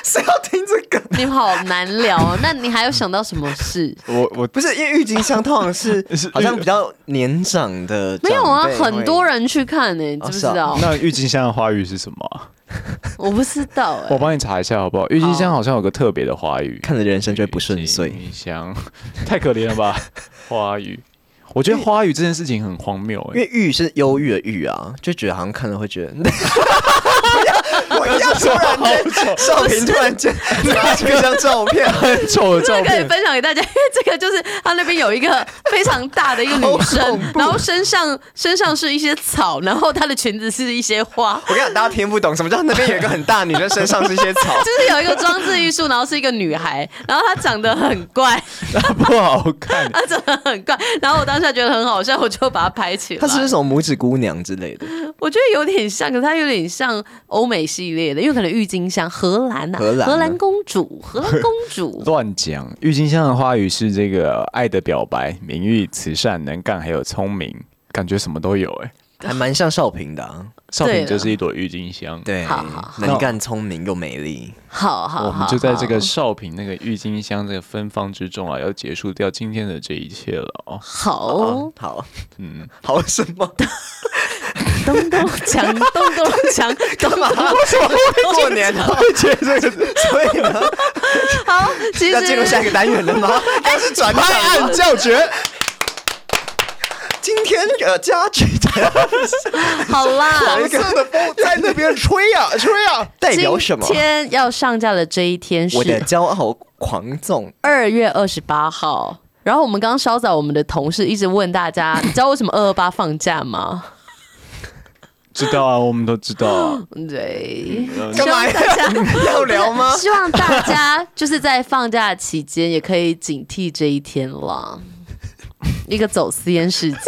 Speaker 2: 谁要听这个？
Speaker 1: 你好难聊 哦。那你还有想到什么事？
Speaker 2: 我我不是因为郁金香通常 是
Speaker 3: 是
Speaker 2: 好像比较年长的，
Speaker 1: 没有啊，很多。人去看呢、你知不知道
Speaker 2: 哦啊
Speaker 3: 仁？？那郁金香的花语是什么啊？
Speaker 1: 我不知道哎、
Speaker 3: 我帮你查一下好不好？郁金香好像有个特别的花语，
Speaker 2: 看着人生就会不顺遂
Speaker 3: 郁金香 太可怜了 吧？花语，我觉得花语这件事情很荒谬
Speaker 2: 因
Speaker 3: 哎、
Speaker 2: 为郁是忧郁的郁啊，就觉得好像看了会觉得， 我要突然间，少平突然 间拿出一张照片，
Speaker 3: 很丑的照
Speaker 1: 这个可以
Speaker 3: 片。
Speaker 1: 分享给大家，因为这个就是他那边有一个非常大的一个女
Speaker 2: 好
Speaker 1: 生
Speaker 2: 恐，怖
Speaker 1: 然后身上身上是一些草，然后她的裙子是一些花，
Speaker 2: 我跟你讲，大家听不懂什么叫那边有一个很大的女生身上是一些 草，
Speaker 1: 就是有一个装置艺术，然后是一个女孩，然后她长得很怪，
Speaker 3: 不好看，
Speaker 1: 她长得很怪，然后我当下觉得很好笑，我就把它拍起来。
Speaker 2: 她是不是什么拇指姑娘之类 的？
Speaker 1: 我觉得有点像，可是它有点像欧美系列的，因为可能郁金香、荷兰呐、
Speaker 2: 荷兰啊
Speaker 1: 荷兰公主、荷兰公 主，
Speaker 3: 乱讲。郁金香的花语是这个爱的表白、名誉、慈善、能干，还有聪明，感觉什么都有哎、
Speaker 2: 还蛮像少平的、啊，
Speaker 3: 少
Speaker 1: 对
Speaker 3: 平
Speaker 1: 了
Speaker 3: 就是一朵郁金香。，
Speaker 2: 对
Speaker 1: 好好，
Speaker 2: 能干、聪明又美丽。
Speaker 1: 好
Speaker 3: 我
Speaker 1: 好好，
Speaker 3: 们就在这个
Speaker 1: 好
Speaker 3: 少平那个郁金香这个芬芳之中啊，要结束掉今天的这一切了哦。
Speaker 1: 好
Speaker 2: 哦，好，
Speaker 3: 嗯，
Speaker 2: 好什么？
Speaker 1: 咚咚锵，咚咚锵，
Speaker 2: 干嘛？为什么会过年然后会接这个？所以呢，
Speaker 1: 好，其
Speaker 2: 要进入下一
Speaker 1: 实
Speaker 2: 个单元了吗？要是转哎拍案教学。今天呃，家具
Speaker 1: 好啦。
Speaker 2: 黄色的风在那边吹呀、吹啊呀、代表什么
Speaker 1: 今？天要上架的这一天
Speaker 2: 我的
Speaker 1: 是
Speaker 2: 骄傲狂纵，
Speaker 1: 二月二十八号。然后我们刚稍早，我们的同事一直问大家，你知道为什么二二八放假吗？
Speaker 3: 知道啊，我们都知道 啊。
Speaker 1: 对，
Speaker 3: 嗯
Speaker 2: 干嘛
Speaker 1: 希望大家
Speaker 2: 呃要聊 吗？
Speaker 1: 希望大家就是在放假期间也可以警惕这一天 啦。一个走私烟事件，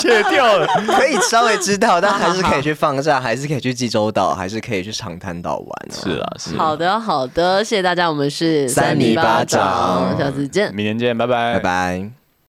Speaker 3: 切掉了。
Speaker 2: 可以稍微知道，但还是可以去放假，还是可以去济州岛，还是可以去长滩岛玩、啊。
Speaker 3: 是啊，是啊。
Speaker 1: 好的好的，谢谢大家，我们是
Speaker 2: 三
Speaker 3: 尼巴
Speaker 2: 掌
Speaker 1: 下次见。
Speaker 3: 明天见，拜拜，
Speaker 2: 拜。拜。